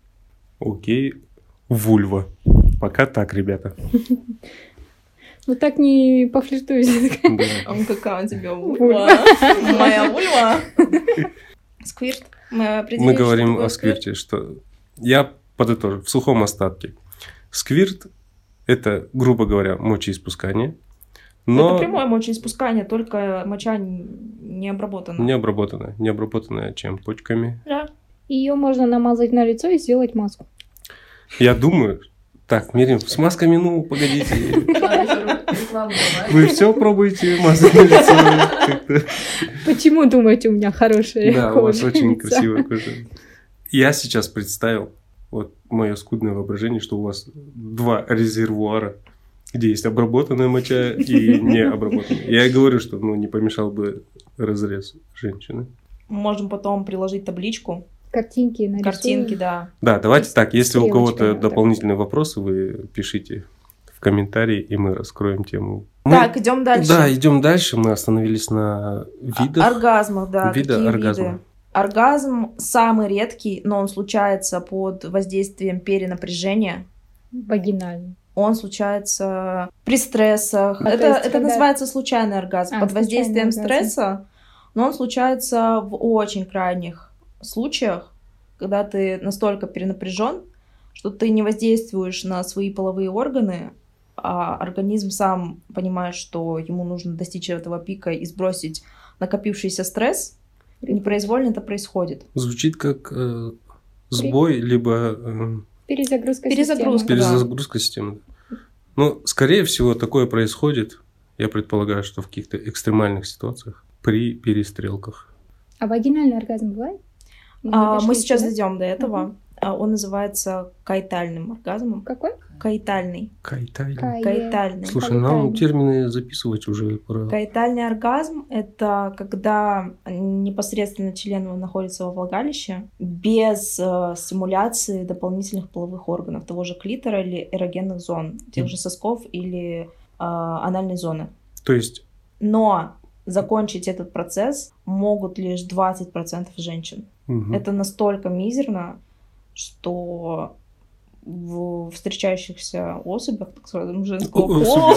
A: Окей, вульва. Пока так,
B: *laughs*
A: ребята.
B: Ну так не *laughs* пофлиртуюсь.
A: Да.
D: А какая у тебя
B: вульва?
D: вульва? Моя вульва. Сквирт. Мы, определили,
A: Мы
D: что
A: говорим
D: такое
A: о сквирте, что я подытожу в сухом остатке. Сквирт – это, грубо говоря, мочеиспускание, но
D: Это прямое мочеиспускание, только моча н- не обработана.
A: не обработанное. Не обработанное чем? Почками.
B: Ее можно намазать на лицо и сделать маску.
A: Я думаю, так, Мирим, с масками, ну, погодите.
H: Ладно, ещё Рекламу давай.
A: Вы все пробуете мазать на лицо. Как-то-
B: Почему думаете, у меня
D: *laughs*
B: хорошая
A: Да,
B: кожа?
A: у вас очень
B: лица?
A: красивая кожа. Я сейчас представил, вот мое скудное воображение, что у вас два резервуара, где есть обработанная моча и необработанная. Я и говорю, что ну, не помешал бы разрез женщины.
D: Мы можем потом приложить табличку,
B: Картинки нарисую.
D: картинки, да.
A: Да, давайте так, если у кого-то
B: Стрелочками, да.
A: дополнительные вопросы, вы пишите в комментарии, и мы раскроем тему. Мы-
D: Так, идем дальше.
A: Да, идем дальше. Мы остановились на видах.
D: Оргазмах, да.
A: Вида
D: какие
A: оргазма.
D: виды? Оргазм самый редкий, но он случается под воздействием перенапряжения.
B: Вагинальные.
D: Он случается при стрессах.
B: А, то
D: это
B: есть,
D: это
B: когда-
D: называется случайный оргазм.
B: А,
D: под
B: случайный
D: воздействием
B: оргазм.
D: стресса, но он случается в очень крайних случаях, когда ты настолько перенапряжен, что ты не воздействуешь на свои половые органы, а организм сам понимает, что ему нужно достичь этого пика и сбросить накопившийся стресс. Непроизвольно это происходит.
A: Звучит как э, сбой, либо эм,
B: Перезагрузка
D: Перезагрузка,
B: системы.
A: Перезагрузка системы. да. Ну, скорее всего, такое происходит, я предполагаю, что в каких-то экстремальных ситуациях при перестрелках.
B: А вагинальный оргазм бывает? Ну, Мы не
D: А, мы
B: дошли
D: сейчас
B: сюда.
D: дойдем до этого.
B: Мгм.
D: А, Он называется кайтальным оргазмом.
B: Какой?
D: Кайтальный.
A: Кайтай.
B: Кай-
D: Кайтальный.
A: Слушай, ну нам
B: Кайтальный.
A: термины записывать уже пора.
D: Каитальный оргазм – это когда непосредственно член находится во влагалище без э, стимуляции дополнительных половых органов, того же клитора или эрогенных зон, тех
A: Мгм.
D: же сосков или э, анальной зоны.
A: То есть,
D: Но закончить этот процесс могут лишь 20% женщин.
A: мгм.
D: Это настолько мизерно, что в встречающихся особях, так скажем, женского
A: О-
D: пола,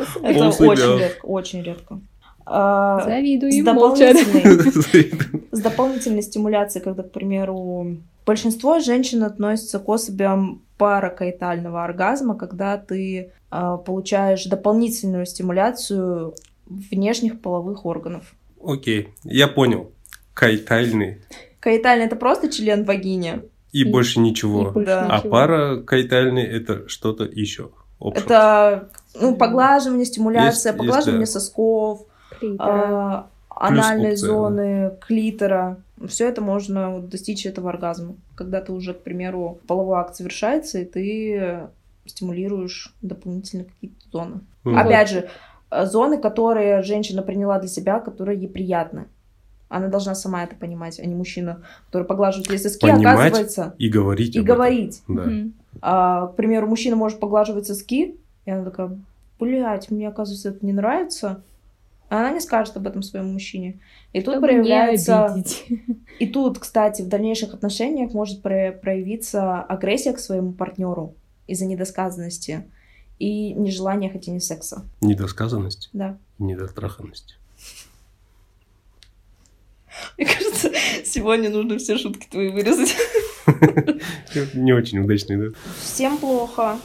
B: Особенно.
D: это
A: Особях.
D: очень редко, очень редко. А,
B: Завидую
D: с
B: им
A: *laughs*
B: молча.
D: дополнительной, с дополнительной стимуляцией, когда, к примеру, большинство женщин относятся к особям паракаитального оргазма, когда ты а, получаешь дополнительную стимуляцию внешних половых органов.
A: Окей, я понял. Кайтальный
D: Каитальный это просто член вагини.
A: и
B: И-
A: больше
B: И
A: ничего.
B: больше
D: Да.
A: А
B: ничего.
A: пара кайтальный это что-то еще.
D: Это ну, поглаживание,
A: Есть-
D: стимуляция,
A: есть,
D: поглаживание
A: да.
D: сосков,
B: Клитора.
D: а, анальной
A: опция.
D: зоны, клитора. Все это можно достичь этого оргазма. Когда ты уже, к примеру, половой акт совершается, и ты стимулируешь дополнительно какие-то зоны.
A: Мгм.
D: Опять же, э, зоны, которые женщина приняла для себя, которые ей приятны. Она должна сама это понимать, а не мужчина, который поглаживает ей соски,
A: Понимать
D: оказывается,
A: И говорить
D: и
A: об этом.
D: говорить.
A: Да.
B: Мгм.
D: А, к примеру, мужчина может поглаживать соски, и она такая, блядь, мне, оказывается, это не нравится. А она не скажет об этом своему мужчине. И тут
B: Чтобы не
D: проявляется... *laughs*
B: обидеть.
D: И тут, кстати, в дальнейших отношениях может про- проявиться агрессия к своему партнеру из-за недосказанности и нежелания хотения секса.
A: Недосказанность
D: Да.
A: и недотраханность.
C: Мне кажется, сегодня нужно все шутки твои вырезать.
A: Не очень удачный, да?
D: Всем плохо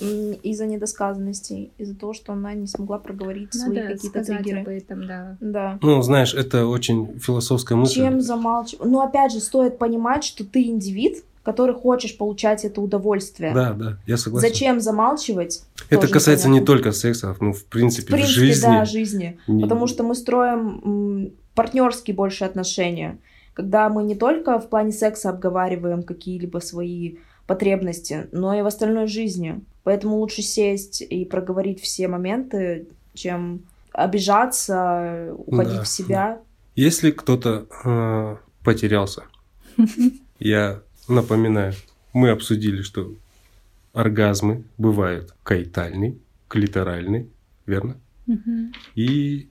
D: м, из-за недосказанности, из-за того, что она не смогла проговорить свои
B: Надо
D: какие-то
B: сказать об
D: триггеры.
B: этом, да.
D: Да.
A: Ну, знаешь, это очень философская мысль.
D: Чем замалчивать? Но опять же, стоит понимать, что ты индивид, который хочешь получать это удовольствие.
A: Да, да, я согласен.
D: Зачем замалчивать?
A: Это
D: Тоже
A: касается не
D: непонятно.
A: только секса, ну, в принципе,
D: В принципе,
A: жизни.
D: да, жизни.
A: Не-
D: Потому что мы строим м, партнерские больше отношения, когда мы не только в плане секса обговариваем какие-либо свои потребности, но и в остальной жизни. Поэтому лучше сесть и проговорить все моменты, чем обижаться, уходить
A: Да.
D: в себя.
A: Если кто-то э,
D: *laughs*
A: потерялся, я напоминаю, мы обсудили, что оргазмы бывают кайтальный, клиторальный, верно? И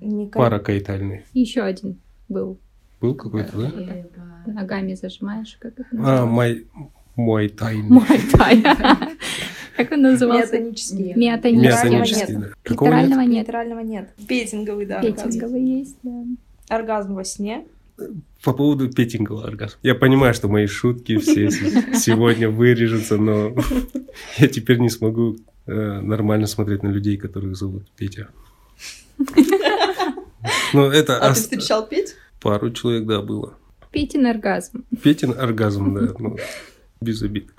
D: Не кай-
A: паракайтальный.
B: Еще один был.
A: Был какой-то, да?
H: Э,
B: Ногами зажимаешь, как это
A: А,
B: называется?
A: мой, мой тайный.
B: Муай-тай.
D: *laughs*
B: Как он назывался?
D: Миотонические.
B: Миотонический.
A: Миотонический,
D: нет.
A: да. Какого нет?
B: Литерального А нет.
D: Нейтрального нет. Петинговый, да. оргазм.
B: Петинговый есть, да.
D: Оргазм во сне.
A: По поводу петингового оргазма. Я понимаю, что мои шутки все с- сегодня вырежутся, но *laughs* я теперь не смогу э, нормально смотреть на людей, которых зовут Петя. Ну, это
C: А ты
A: ос-
C: встречал Петь?
A: пару человек, да, было.
B: Петин оргазм.
A: Петин оргазм, да, ну, без обид.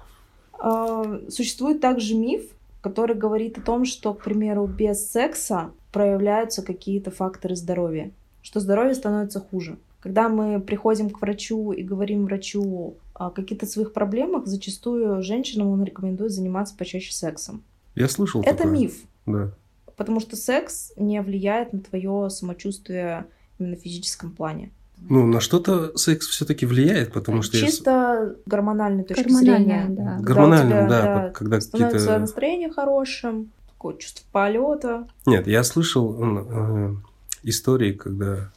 D: А, Существует также миф, который говорит о том, что, к примеру, без секса проявляются какие-то факторы здоровья, что здоровье становится хуже. Когда мы приходим к врачу и говорим врачу о каких-то своих проблемах, зачастую женщинам он рекомендует заниматься почаще сексом.
A: Я слышал
D: Это
A: такое.
D: миф,
A: Да.
D: потому что секс не влияет на твое самочувствие именно в физическом плане.
A: Ну, на что-то секс все-таки влияет, потому что... я с-
D: Ну, Чисто гормональной точки зрения.
B: Гормональная, да.
D: Когда
A: Гормонально,
D: у тебя,
A: да,
D: да,
A: когда
D: Становится
A: какие-то...
D: настроение хорошим, такое чувство полета,
A: Нет, я слышал м, э, истории, когда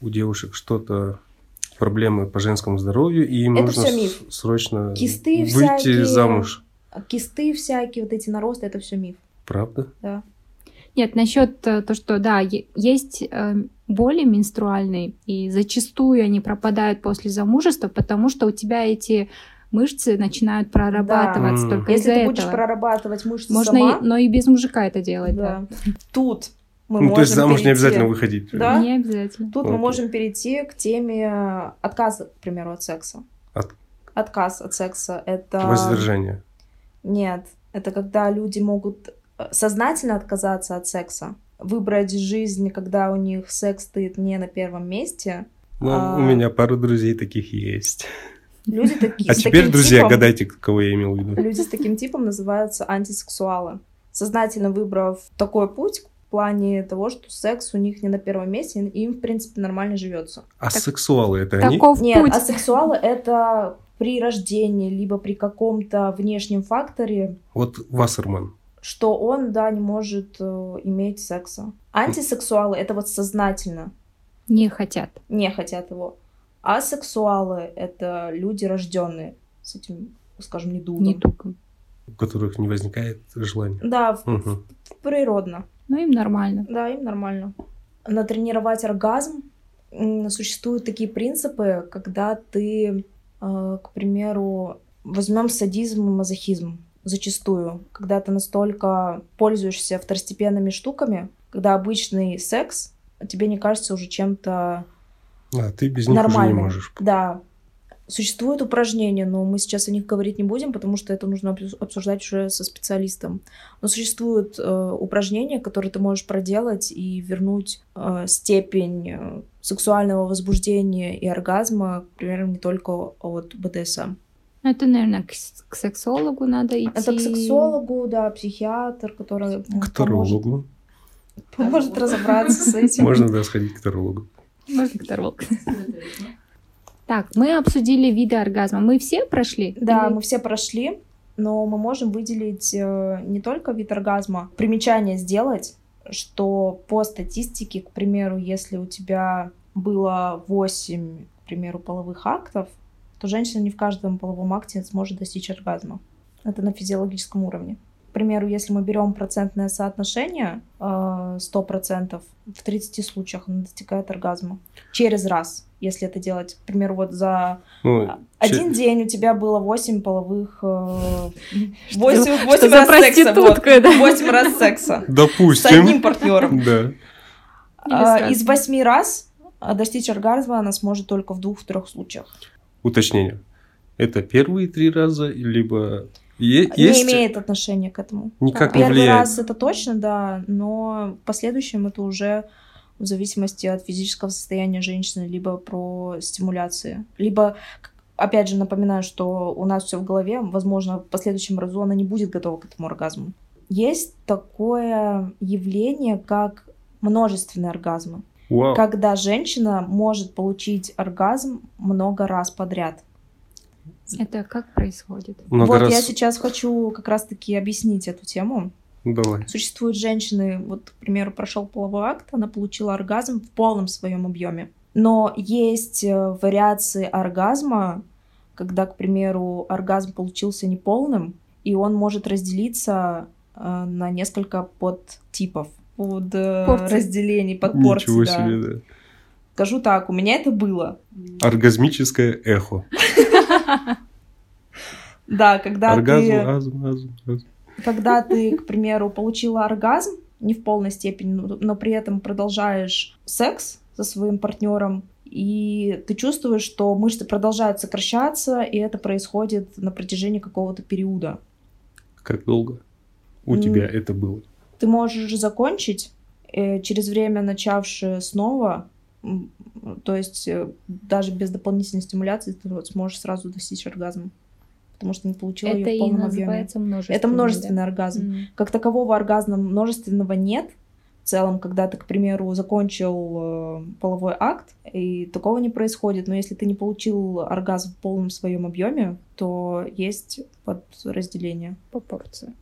A: у девушек что-то проблемы по женскому здоровью, и им
D: Это
A: нужно
D: всё
A: с-
D: миф.
A: срочно
D: Кисты
A: выйти
D: всякие.
A: замуж.
D: А кисты всякие, вот эти наросты, это все миф.
A: Правда?
B: Нет, насчет э, то, что да, е- есть э, боли менструальные, и зачастую они пропадают после замужества, потому что у тебя эти мышцы начинают прорабатываться
A: М.
B: только
D: Если
B: из-за
D: ты
B: этого.
D: будешь прорабатывать мышцы
B: Можно,
D: сама,
B: и, но и без мужика это делать, да.
D: да, тут мы
A: ну,
D: можем
A: то есть замуж не
D: перейти-
A: обязательно выходить.
D: Да.
B: Не обязательно.
D: Тут мы
A: Окей.
D: можем перейти к теме отказа, к примеру, от секса.
A: От-
D: Отказ от секса это
A: Воздержание.
D: нет, это когда люди могут э, сознательно отказаться от секса, выбрать жизнь, когда у них секс стоит не на первом месте.
A: Ну,
D: А.
A: у меня пару друзей таких есть.
D: Люди такие. типа?
A: А
D: с
A: теперь,
D: таким
A: друзья,
D: типом-
A: гадайте, кого я имел в виду.
D: Люди с таким типом называются антисексуалы, сознательно выбрав такой путь в плане того, что секс у них не на первом месте, и им, в принципе, нормально живется.
A: А сексуалы это они?
B: Таков
D: Нет, а
B: путь.
D: асексуалы — это при рождении, либо при каком-то внешнем факторе,
A: Вот Вассерман.
D: что он, да, не может э, иметь секса. Антисексуалы — это вот сознательно
B: Не хотят.
D: не хотят его. Асексуалы — это люди, рожденные с этим, скажем, недугом.
B: Не туком.
A: у которых не возникает желания.
D: Да, в-
A: Мгм.
D: природно.
B: Но Ну, им нормально.
D: Да, им нормально. Натренировать оргазм. М, Существуют такие принципы, когда ты, э, к примеру, возьмем садизм и мазохизм зачастую, когда ты настолько пользуешься второстепенными штуками, когда обычный секс тебе не кажется уже чем-то
A: А ты без них уже не
D: нормальным.
A: можешь.
D: Да. Существуют упражнения, но мы сейчас о них говорить не будем, потому что это нужно обс- обсуждать уже со специалистом. Но существуют э, упражнения, которые ты можешь проделать и вернуть э, степень э, сексуального возбуждения и оргазма, к примеру, не только от БДСМ.
B: Ну, это, наверное, к, с- к сексологу надо идти.
D: Это к сексологу, да, психиатр, который ну,
A: К
D: поможет,
A: тарологу.
D: поможет
A: *laughs*
D: разобраться с этим.
A: Можно, да, сходить к тарологу.
B: Можно к тарологу. *laughs*
H: Смотреть, ну.
B: Так, мы обсудили виды оргазма. Мы все прошли?
D: Да,
B: Или-
D: мы все прошли, но мы можем выделить э, не только вид оргазма, примечание сделать, что по статистике, к примеру, если у тебя было 8, к примеру, половых актов, то женщина не в каждом половом акте сможет достичь оргазма. Это на физиологическом уровне. К примеру, если мы берем процентное соотношение, э, 100%, в 30 случаях она достигает оргазма. Через раз, если это делать, к примеру, вот за
A: Ну,
D: один день у тебя было 8 половых... 8,
B: что за
D: раз секса, вот.
B: проститутка, да?
D: 8 раз секса. С
A: Допустим.
D: одним партнером.
A: Да.
B: Или
D: А,
B: сразу.
D: Из 8 раз а, достичь оргазма она сможет только в двух-трех случаях.
A: Уточнение. Это первые три раза, либо е-
D: Не
A: есть...
D: имеет отношения к этому.
A: Никак не
D: Первый
A: влияет.
D: раз это точно, да, но в последующем это уже в зависимости от физического состояния женщины, либо про стимуляции, либо к- опять же напоминаю, что у нас все в голове, возможно, в последующем разу она не будет готова к этому оргазму. Есть такое явление, как множественные оргазмы,
A: Вау.
D: когда женщина может получить оргазм много раз подряд.
B: Это как происходит?
A: Много
D: вот
A: раз...
D: я сейчас хочу как раз-таки объяснить эту тему.
A: Давай.
D: Существуют женщины, вот, к примеру, прошел половой акт, она получила оргазм в полном своем объеме. Но есть э, вариации оргазма, когда, к примеру, оргазм получился неполным, и он может разделиться э, на несколько подтипов, под э,
B: Порций.
D: разделений, под
A: Ничего
D: порций, да.
A: себе,
D: Скажу так, у меня это было.
A: да. Оргазмическое эхо.
D: Да, когда
A: Оргазм,
D: ты...
A: азм, азм, азм.
D: когда ты, к примеру, получила оргазм, не в полной степени, но но при этом продолжаешь секс со своим партнером, и ты чувствуешь, что мышцы продолжают сокращаться, и это происходит на протяжении какого-то периода.
A: Как долго у
D: М.
A: тебя это было?
D: Ты можешь закончить, э, через время начавши снова, м, то есть э, даже без дополнительной стимуляции ты вот сможешь сразу достичь оргазма, потому что не получила
B: Это
D: ее в
B: и
D: полном объеме.
B: называется множество.
D: Это множественный оргазм. как такового оргазма множественного нет. В целом, когда ты, к примеру, закончил э, половой акт, и такого не происходит. Но если ты не получил оргазм в полном своем объеме, то есть подразделение.
B: По порции.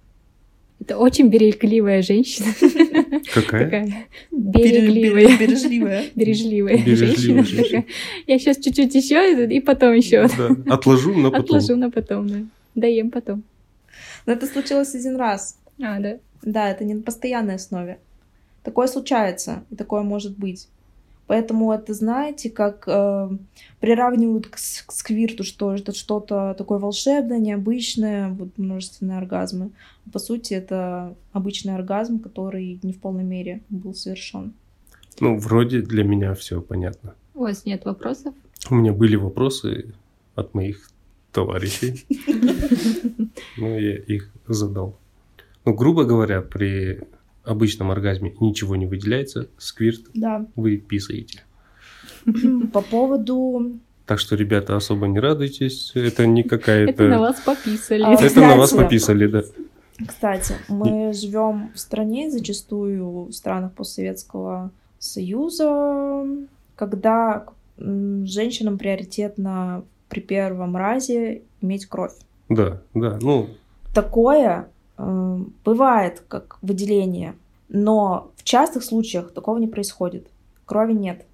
B: Это очень бережливая
D: *laughs*
B: женщина.
D: Э?
A: Какая?
B: Такая бережливая.
D: Бережливая.
B: Бережливая
A: Бережливая
B: женщина.
A: женщина.
B: такая. Я сейчас чуть-чуть еще и потом *laughs* еще.
A: Да. Отложу на потом.
B: Отложу на потом, да. Доем потом.
D: *laughs* Но это случилось один раз.
B: А, да.
D: Да, это не на постоянной основе. Такое случается, и такое может быть. Поэтому это, знаете, как э, приравнивают к, с- к сквирту, что это что-то такое волшебное, необычное, вот множественные оргазмы. А По сути, это обычный оргазм, который не в полной мере был совершен.
A: Ну, вроде для меня все понятно.
B: У вас нет вопросов?
A: У меня были вопросы от моих товарищей. но я их задал. Ну, грубо говоря, при обычном оргазме ничего не выделяется, сквирт
D: Да.
A: вы писаете.
D: По поводу...
A: Так что, ребята, особо не радуйтесь, это не
B: Это на
A: какая-то...
B: вас пописали.
D: А,
A: Это на вас
D: Кстати.
A: пописали, да.
D: Кстати, мы живем в стране, зачастую в странах постсоветского союза, когда м, женщинам приоритетно при первом разе иметь кровь.
A: Да, да, ну,
D: такое э, бывает, как выделение, но в частых случаях такого не происходит. Крови нет.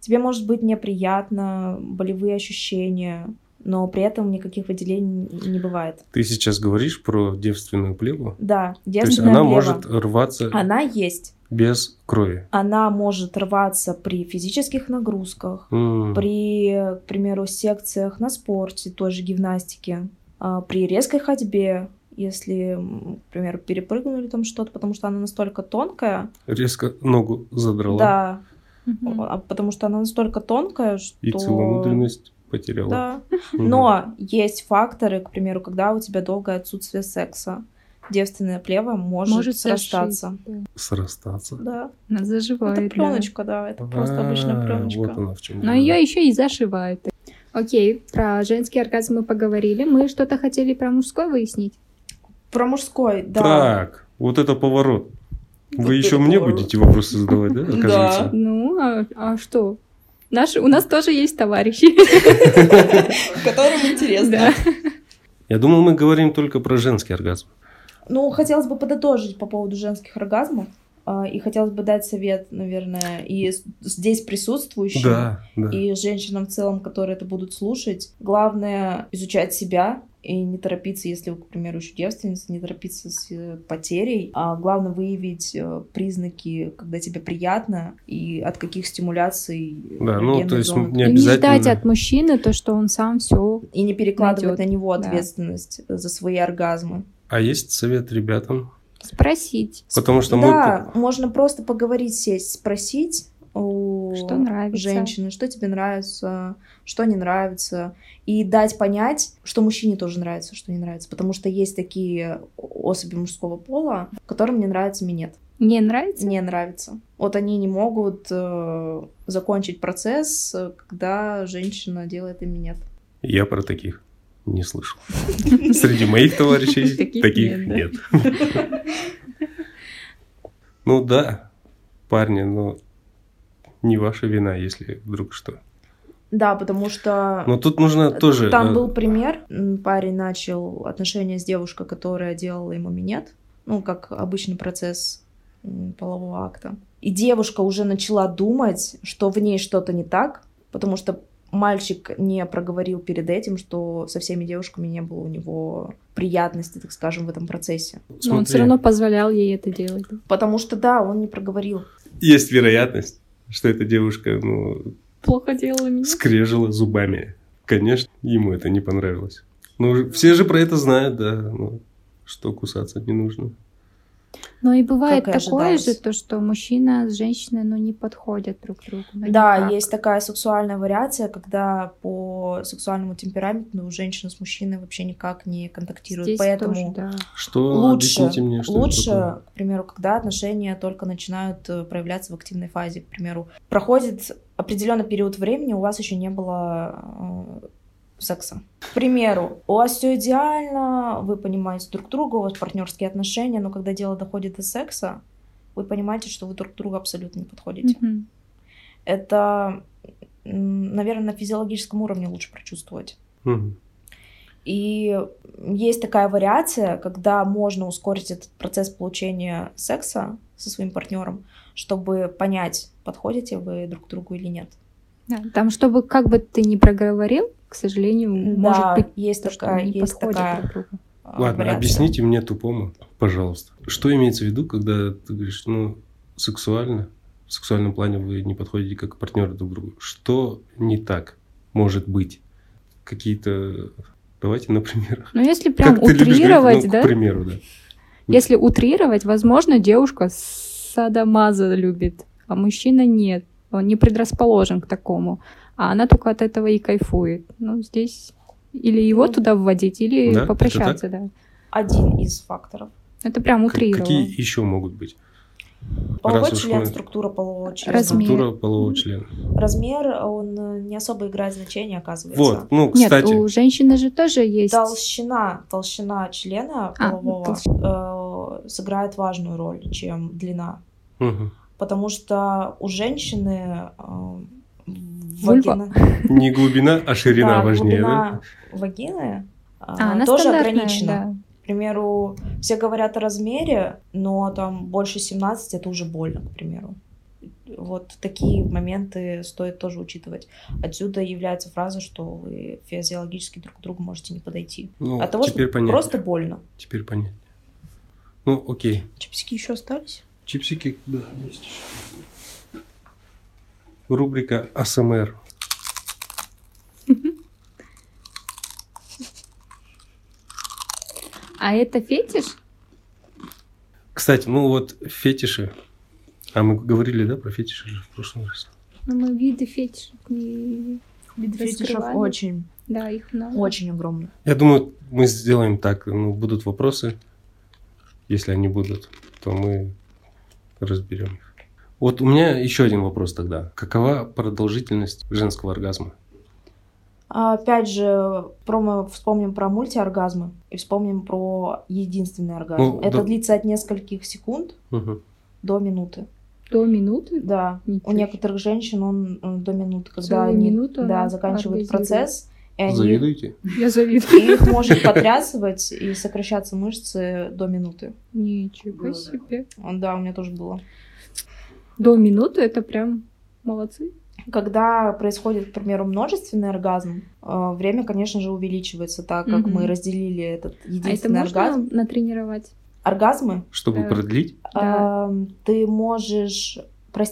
D: Тебе может быть неприятно, болевые ощущения, но при этом никаких выделений не бывает.
A: ты сейчас говоришь про девственную плеву.
D: Да,
A: То есть
D: девственная
A: она
D: плева.
A: может рваться
D: Она есть.
A: без крови.
D: Она может рваться при физических нагрузках,
A: М,
D: при, к примеру, секциях на спорте, той же гимнастике, а, при резкой ходьбе, если, м, к примеру, перепрыгнули там что-то, потому что она настолько тонкая,
A: Резко ногу задрала.
D: да,
B: *laughs* Мгм.
D: а потому что она настолько тонкая, что...
A: И целомудренность потеряла.
D: Да.
A: Мгм.
D: Но есть факторы, к примеру, когда у тебя долгое отсутствие секса. Девственная плева может,
B: Может
D: срастаться.
A: Срастаться.
D: Да. Ну,
B: Она заживает.
D: это
B: да.
D: пленочка, да. Это просто
A: А,
B: Ну,
D: обычная пленочка.
A: Вот она в чем.
B: Но ее еще и зашивают. Окей, про женский оргазм мы поговорили. Мы что-то хотели про мужской выяснить.
D: Про мужской, да.
A: Так, вот это поворот. Вы
D: Вот
A: еще
D: это
A: мне
D: поворот.
A: будете вопросы задавать, да, оказывается?
B: Ну, а, а что? Наши, у нас тоже есть товарищи.
D: *laughs* Которым интересно.
B: Да.
A: Я думал, мы говорим только про женский оргазм.
D: Ну, хотелось бы подытожить по поводу женских оргазмов. а, И хотелось бы дать совет, наверное, и с- здесь присутствующим,
A: Да, да.
D: и женщинам в целом, которые это будут слушать. Главное — изучать себя и не торопиться, если вы, к примеру, еще девственница, не торопиться с э, потерей. А главное — выявить э, признаки, когда тебе приятно и от каких стимуляций
A: Да, ну,
D: эрогенной
A: то есть
D: зоны
A: не
B: И не
A: обязательно.
B: ждать от мужчины то, что он сам все.
D: и не перекладывать
B: Найдёт,
D: на него
B: да.
D: ответственность за свои оргазмы.
A: А есть совет ребятам?
B: Спросить,
A: Потому что мы...
D: да, можно просто поговорить, сесть, спросить у
B: что нравится.
D: женщины, что тебе нравится, что не нравится, и дать понять, что мужчине тоже нравится, что не нравится, потому что есть такие особи мужского пола, которым не нравится минет,
B: Не нравится?
D: не нравится. Вот они не могут э, закончить процесс, э, когда женщина делает им минет.
A: Я про таких не слышал. Среди моих товарищей
B: Таких
A: таких
B: нет,
A: нет. Ну да, парни, но не ваша вина, если вдруг что.
D: Да, потому что
A: Но тут нужно тоже...
D: А, Там
A: э,
D: был пример. М, Парень начал отношения с девушкой, которая делала ему минет. Ну, как обычный процесс м, полового акта. И девушка уже начала думать, что в ней что-то не так, потому что мальчик не проговорил перед этим, что со всеми девушками не было у него приятности, так скажем, в этом процессе.
B: Но он
A: смотри,
B: все равно позволял ей это делать.
D: Потому что, да, он не проговорил.
A: Есть вероятность, что эта девушка ну,
B: Плохо делала меня.
A: скрежила зубами. Конечно, ему это не понравилось. Ну, все же про это знают, да, ну, что кусаться не нужно.
B: Но и бывает
D: Как и
B: такое
D: ожидалось.
B: же, то, что мужчина с женщиной, ну, не подходят друг к другу. ну,
D: Да,
B: никак.
D: есть такая сексуальная вариация, когда по сексуальному темпераменту женщина с мужчиной вообще никак не контактирует.
B: Здесь
D: Поэтому
B: тоже, да.
A: Что,
D: Лучше,
A: объясните мне, что это такое?
D: лучше, к примеру, когда отношения только начинают э, проявляться в активной фазе, к примеру, проходит определенный период времени, у вас еще не было э, секса. К примеру, у вас все идеально, вы понимаете друг друга, у вас партнерские отношения, но когда дело доходит до секса, вы понимаете, что вы друг к другу абсолютно не подходите.
B: Мгм.
D: Это, м, наверное, на физиологическом уровне лучше прочувствовать.
A: Мгм.
D: И есть такая вариация, когда можно ускорить этот процесс получения секса со своим партнером, чтобы понять, подходите вы друг к другу или нет.
B: Да, Там, чтобы как бы ты ни проговорил, к сожалению, может
D: да,
B: быть,
D: есть
B: то, что
D: такая,
B: они не
D: есть
B: подходят
D: такая.
B: друг к другу.
D: а,
A: Ладно,
D: вариация.
A: объясните мне тупому, пожалуйста. Что имеется в виду, когда ты говоришь, ну, сексуально, в сексуальном плане вы не подходите как партнеры друг к другу? Что не так может быть? Какие-то... Давайте на примерах.
B: Но если прям
A: как ты любишь говорить,
B: утрировать,
A: ну,
B: да?
A: к примеру, да.
B: Если утрировать, возможно, девушка садомаза любит, а мужчина нет. Он не предрасположен к такому. А она только от этого и кайфует. Ну, здесь или его туда вводить, или
A: Ну. Да, это
B: попрощаться, да.
D: Один из факторов.
B: Это прям
A: К-
B: утрировало.
A: Какие еще могут быть?
D: Половой
A: уж
D: член,
A: мы-
D: структура полового члена.
B: Размер.
A: Структура полового члена.
D: Размер, он э, не особо играет значение, оказывается.
A: Вот, ну,
B: Нет,
A: кстати,
B: у женщины же тоже есть.
D: Толщина, толщина члена
B: А,
D: полового э, сыграет важную роль, чем длина.
A: мгм,
D: потому что у женщины э,
B: Вульва.
D: вагина,
A: не глубина, а ширина
D: да,
A: важнее, да?
D: глубина вагины э,
B: А, она
D: тоже
B: стандартная,
D: ограничена.
B: да.
D: К примеру, все говорят о размере, но там больше 17 это уже больно, к примеру. Вот такие моменты стоит тоже учитывать. Отсюда является фраза, что вы физиологически друг к другу можете не подойти.
A: Ну,
B: А
D: От того,
A: теперь
D: что
A: понятно.
D: просто больно.
A: Теперь понятно. Ну, окей.
D: Чипсики еще остались?
A: Чипсики, да, есть еще. Рубрика АСМР.
B: А это фетиш?
A: Кстати, ну вот фетиши. А мы говорили, да, про фетиши же в прошлом раз?
B: Ну, мы виды фетишев не
D: Фетишев
B: раскрывали.
D: очень,
B: Да, их много.
D: очень огромно.
A: Я думаю, мы сделаем так. Ну, будут вопросы. Если они будут, то мы разберем их. Вот у меня еще один вопрос тогда. Какова продолжительность женского оргазма?
D: А, Опять же, про мы вспомним про мультиоргазмы и вспомним про единственный оргазм.
A: Ну,
D: Это
A: да.
D: длится от нескольких секунд
A: Мгм.
D: до минуты.
B: До минуты?
D: Да.
B: Ничего
D: У
B: себе.
D: некоторых женщин он м, до минуты, когда
B: Целую
D: они
B: минуту
D: да,
B: она оргазирует.
D: заканчивают процесс, и они
A: Завидуете?
B: Я завидую.
D: и их может потрясывать и сокращаться мышцы до минуты.
B: Ничего
D: Ну
H: Было
B: себе.
D: Да, у меня тоже было.
B: До минуты это прям молодцы.
D: Когда происходит, к примеру, множественный оргазм, э, время, конечно же, увеличивается, так как
B: Мгм.
D: мы разделили этот
B: А это
D: единственный
B: можно
D: оргазм.
B: натренировать?
D: Оргазмы
A: Чтобы
B: Да.
A: продлить?
B: Да.
D: эм, ты можешь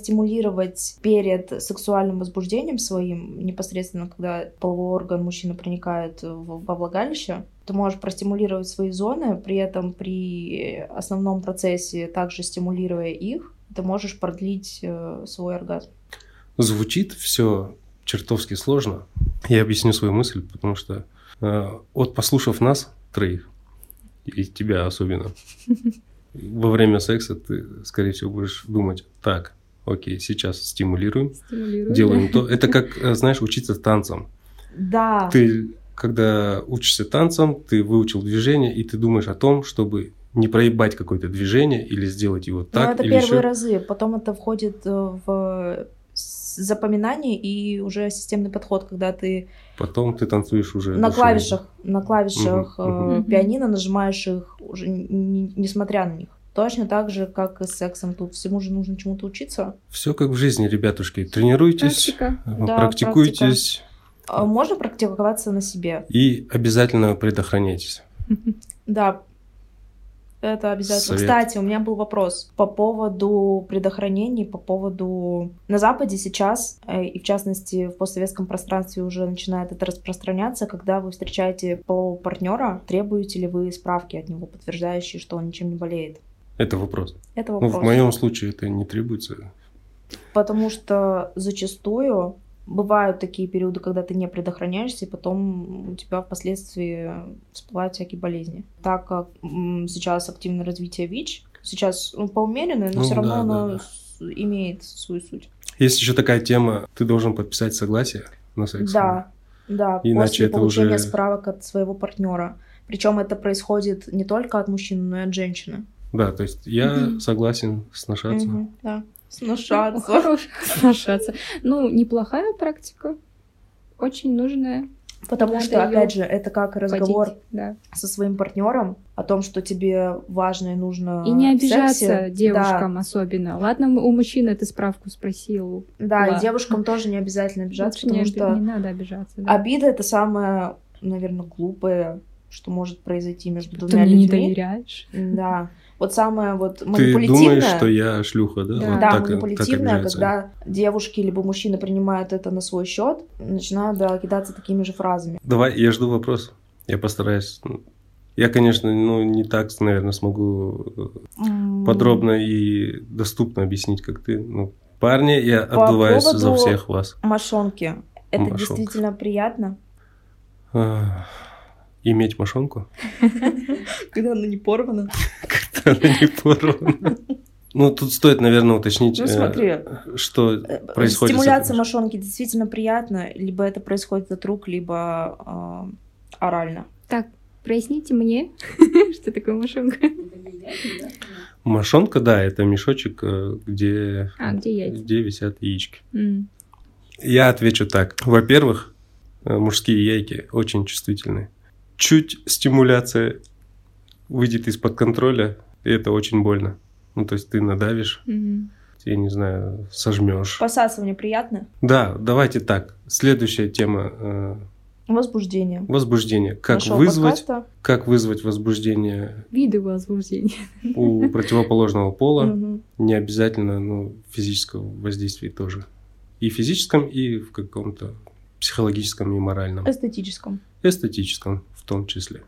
D: простимулировать перед сексуальным возбуждением своим, непосредственно когда половой орган мужчины проникает в- во влагалище, ты можешь простимулировать свои зоны, при этом при основном процессе, также стимулируя их, ты можешь продлить э, свой оргазм.
A: Звучит все чертовски сложно. Я объясню свою мысль, потому что э, вот послушав нас троих, и тебя особенно, во время секса ты, скорее всего, будешь думать, так, окей, сейчас стимулируем,
B: Стимулирует.
A: делаем то. Это как, э, знаешь, учиться танцам.
D: Да.
A: Ты, когда учишься танцам, ты выучил движение, и ты думаешь о том, чтобы не проебать какое-то движение или сделать его
D: Но
A: так,
D: Ну, это
A: или
D: первые
A: еще.
D: разы, потом это входит э, в с- запоминание и уже системный подход, когда ты
A: Потом ты танцуешь уже.
D: на
A: душой.
D: клавишах, на клавишах
A: Мгм,
D: э,
B: мгм.
D: пианино нажимаешь их уже н- н- несмотря на них. Точно так же, как и с сексом. Тут всему же нужно чему-то учиться.
A: Все как в жизни, ребятушки. Тренируйтесь,
B: Практика.
A: э,
D: Да,
A: практикуйтесь
D: А Можно практиковаться на себе.
A: и обязательно предохраняйтесь.
D: Да, это обязательно.
A: Совет.
D: Кстати, у меня был вопрос по поводу предохранений, по поводу... На Западе сейчас, э, и в частности в постсоветском пространстве уже начинает это распространяться, когда вы встречаете полового партнера, требуете ли вы справки от него, подтверждающие, что он ничем не болеет?
A: Это вопрос.
D: Это
A: Ну,
D: вопрос.
A: в моем случае это не требуется.
D: Потому что зачастую бывают такие периоды, когда ты не предохраняешься, и потом у тебя впоследствии всплывают всякие болезни. Так как м, сейчас активное развитие ВИЧ, сейчас ну, поумеренное, но
A: Ну
D: все равно
A: да, да,
D: оно
A: да.
D: с- имеет свою суть.
A: Есть еще такая тема, ты должен подписать согласие на секс.
D: Да, да,
A: Иначе
D: после
A: это
D: получения
A: уже-
D: справок от своего партнера. Причем это происходит не только от мужчины, но и от женщины.
A: Да, то есть я
B: Мгм.
A: согласен сношаться.
D: Мгм, да.
B: Ну,
D: Снушаться.
B: Хорошая сношаться. Ну, неплохая практика. Очень нужная.
D: *laughs* Потому
B: Надо
D: что,
B: её
D: опять же, это как разговор
B: Ходить, Да.
D: со своим партнером о том, что тебе важно и нужно.
B: И не
D: А, в сексе.
B: обижаться девушкам особенно. Ладно, м- у мужчин это справку спросил.
D: Да, да,
B: Ладно.
D: и девушкам тоже не обязательно обижаться,
B: Лучше не
D: потому
B: оби-
D: что А
B: не надо обижаться. да.
D: обида это самое, наверное, глупое, что может произойти между
B: Ты
D: двумя
B: мне не
D: людьми.
B: доверяешь.
D: Да. Вот самое вот
A: Ты
D: манипулятивное.
A: думаешь, что я шлюха, да?
B: Да.
A: Вот
D: Да,
A: так, так
D: манипулятивное,
A: обижаются.
D: когда девушки либо мужчины принимают это на свой счет, начинают да, кидаться такими же фразами.
A: Давай, я жду вопрос. Я постараюсь. Ну, Я, конечно, ну, не так, наверное, смогу э,
D: М,
A: подробно и доступно объяснить, как ты. Ну, парни, я
D: По
A: отдуваюсь за
D: поводу-
A: всех вас.
D: Мошонки. Это
A: Мошонка.
D: действительно приятно.
A: А, Иметь мошонку? *laughs*
D: Когда она не порвана.
A: Когда она не
D: *laughs*
A: порвана. Ну, тут стоит, наверное, уточнить,
D: Ну
A: э,
D: смотри,
A: что
D: Э,
A: происходит. с
D: Стимуляция
A: этим.
D: мошонки действительно приятна, либо это происходит от рук, либо э, орально.
B: Проясните мне, *laughs* что такое мошонка.
H: Это не ясно, да?
A: Мошонка, да, это мешочек, э, где,
B: А, где яйца?
A: где висят яички.
B: М.
A: Я отвечу так. Во-первых, э, мужские яйки очень чувствительны. Чуть стимуляция выйдет из-под контроля, и это очень больно. Ну, то есть ты надавишь,
B: М.
A: я не знаю, сожмешь.
D: Посасывание приятно.
A: Да, давайте так. Следующая тема э,
D: Возбуждение.
A: возбуждение. Как
D: Нашего
A: вызвать,
D: подкаста.
A: как вызвать возбуждение
B: Виды возбуждения.
A: у противоположного пола?
D: Мгм.
A: Не обязательно, но физического воздействия тоже. И физическом, и в каком-то психологическом и моральном.
D: Эстетическом.
A: эстетическом в том числе.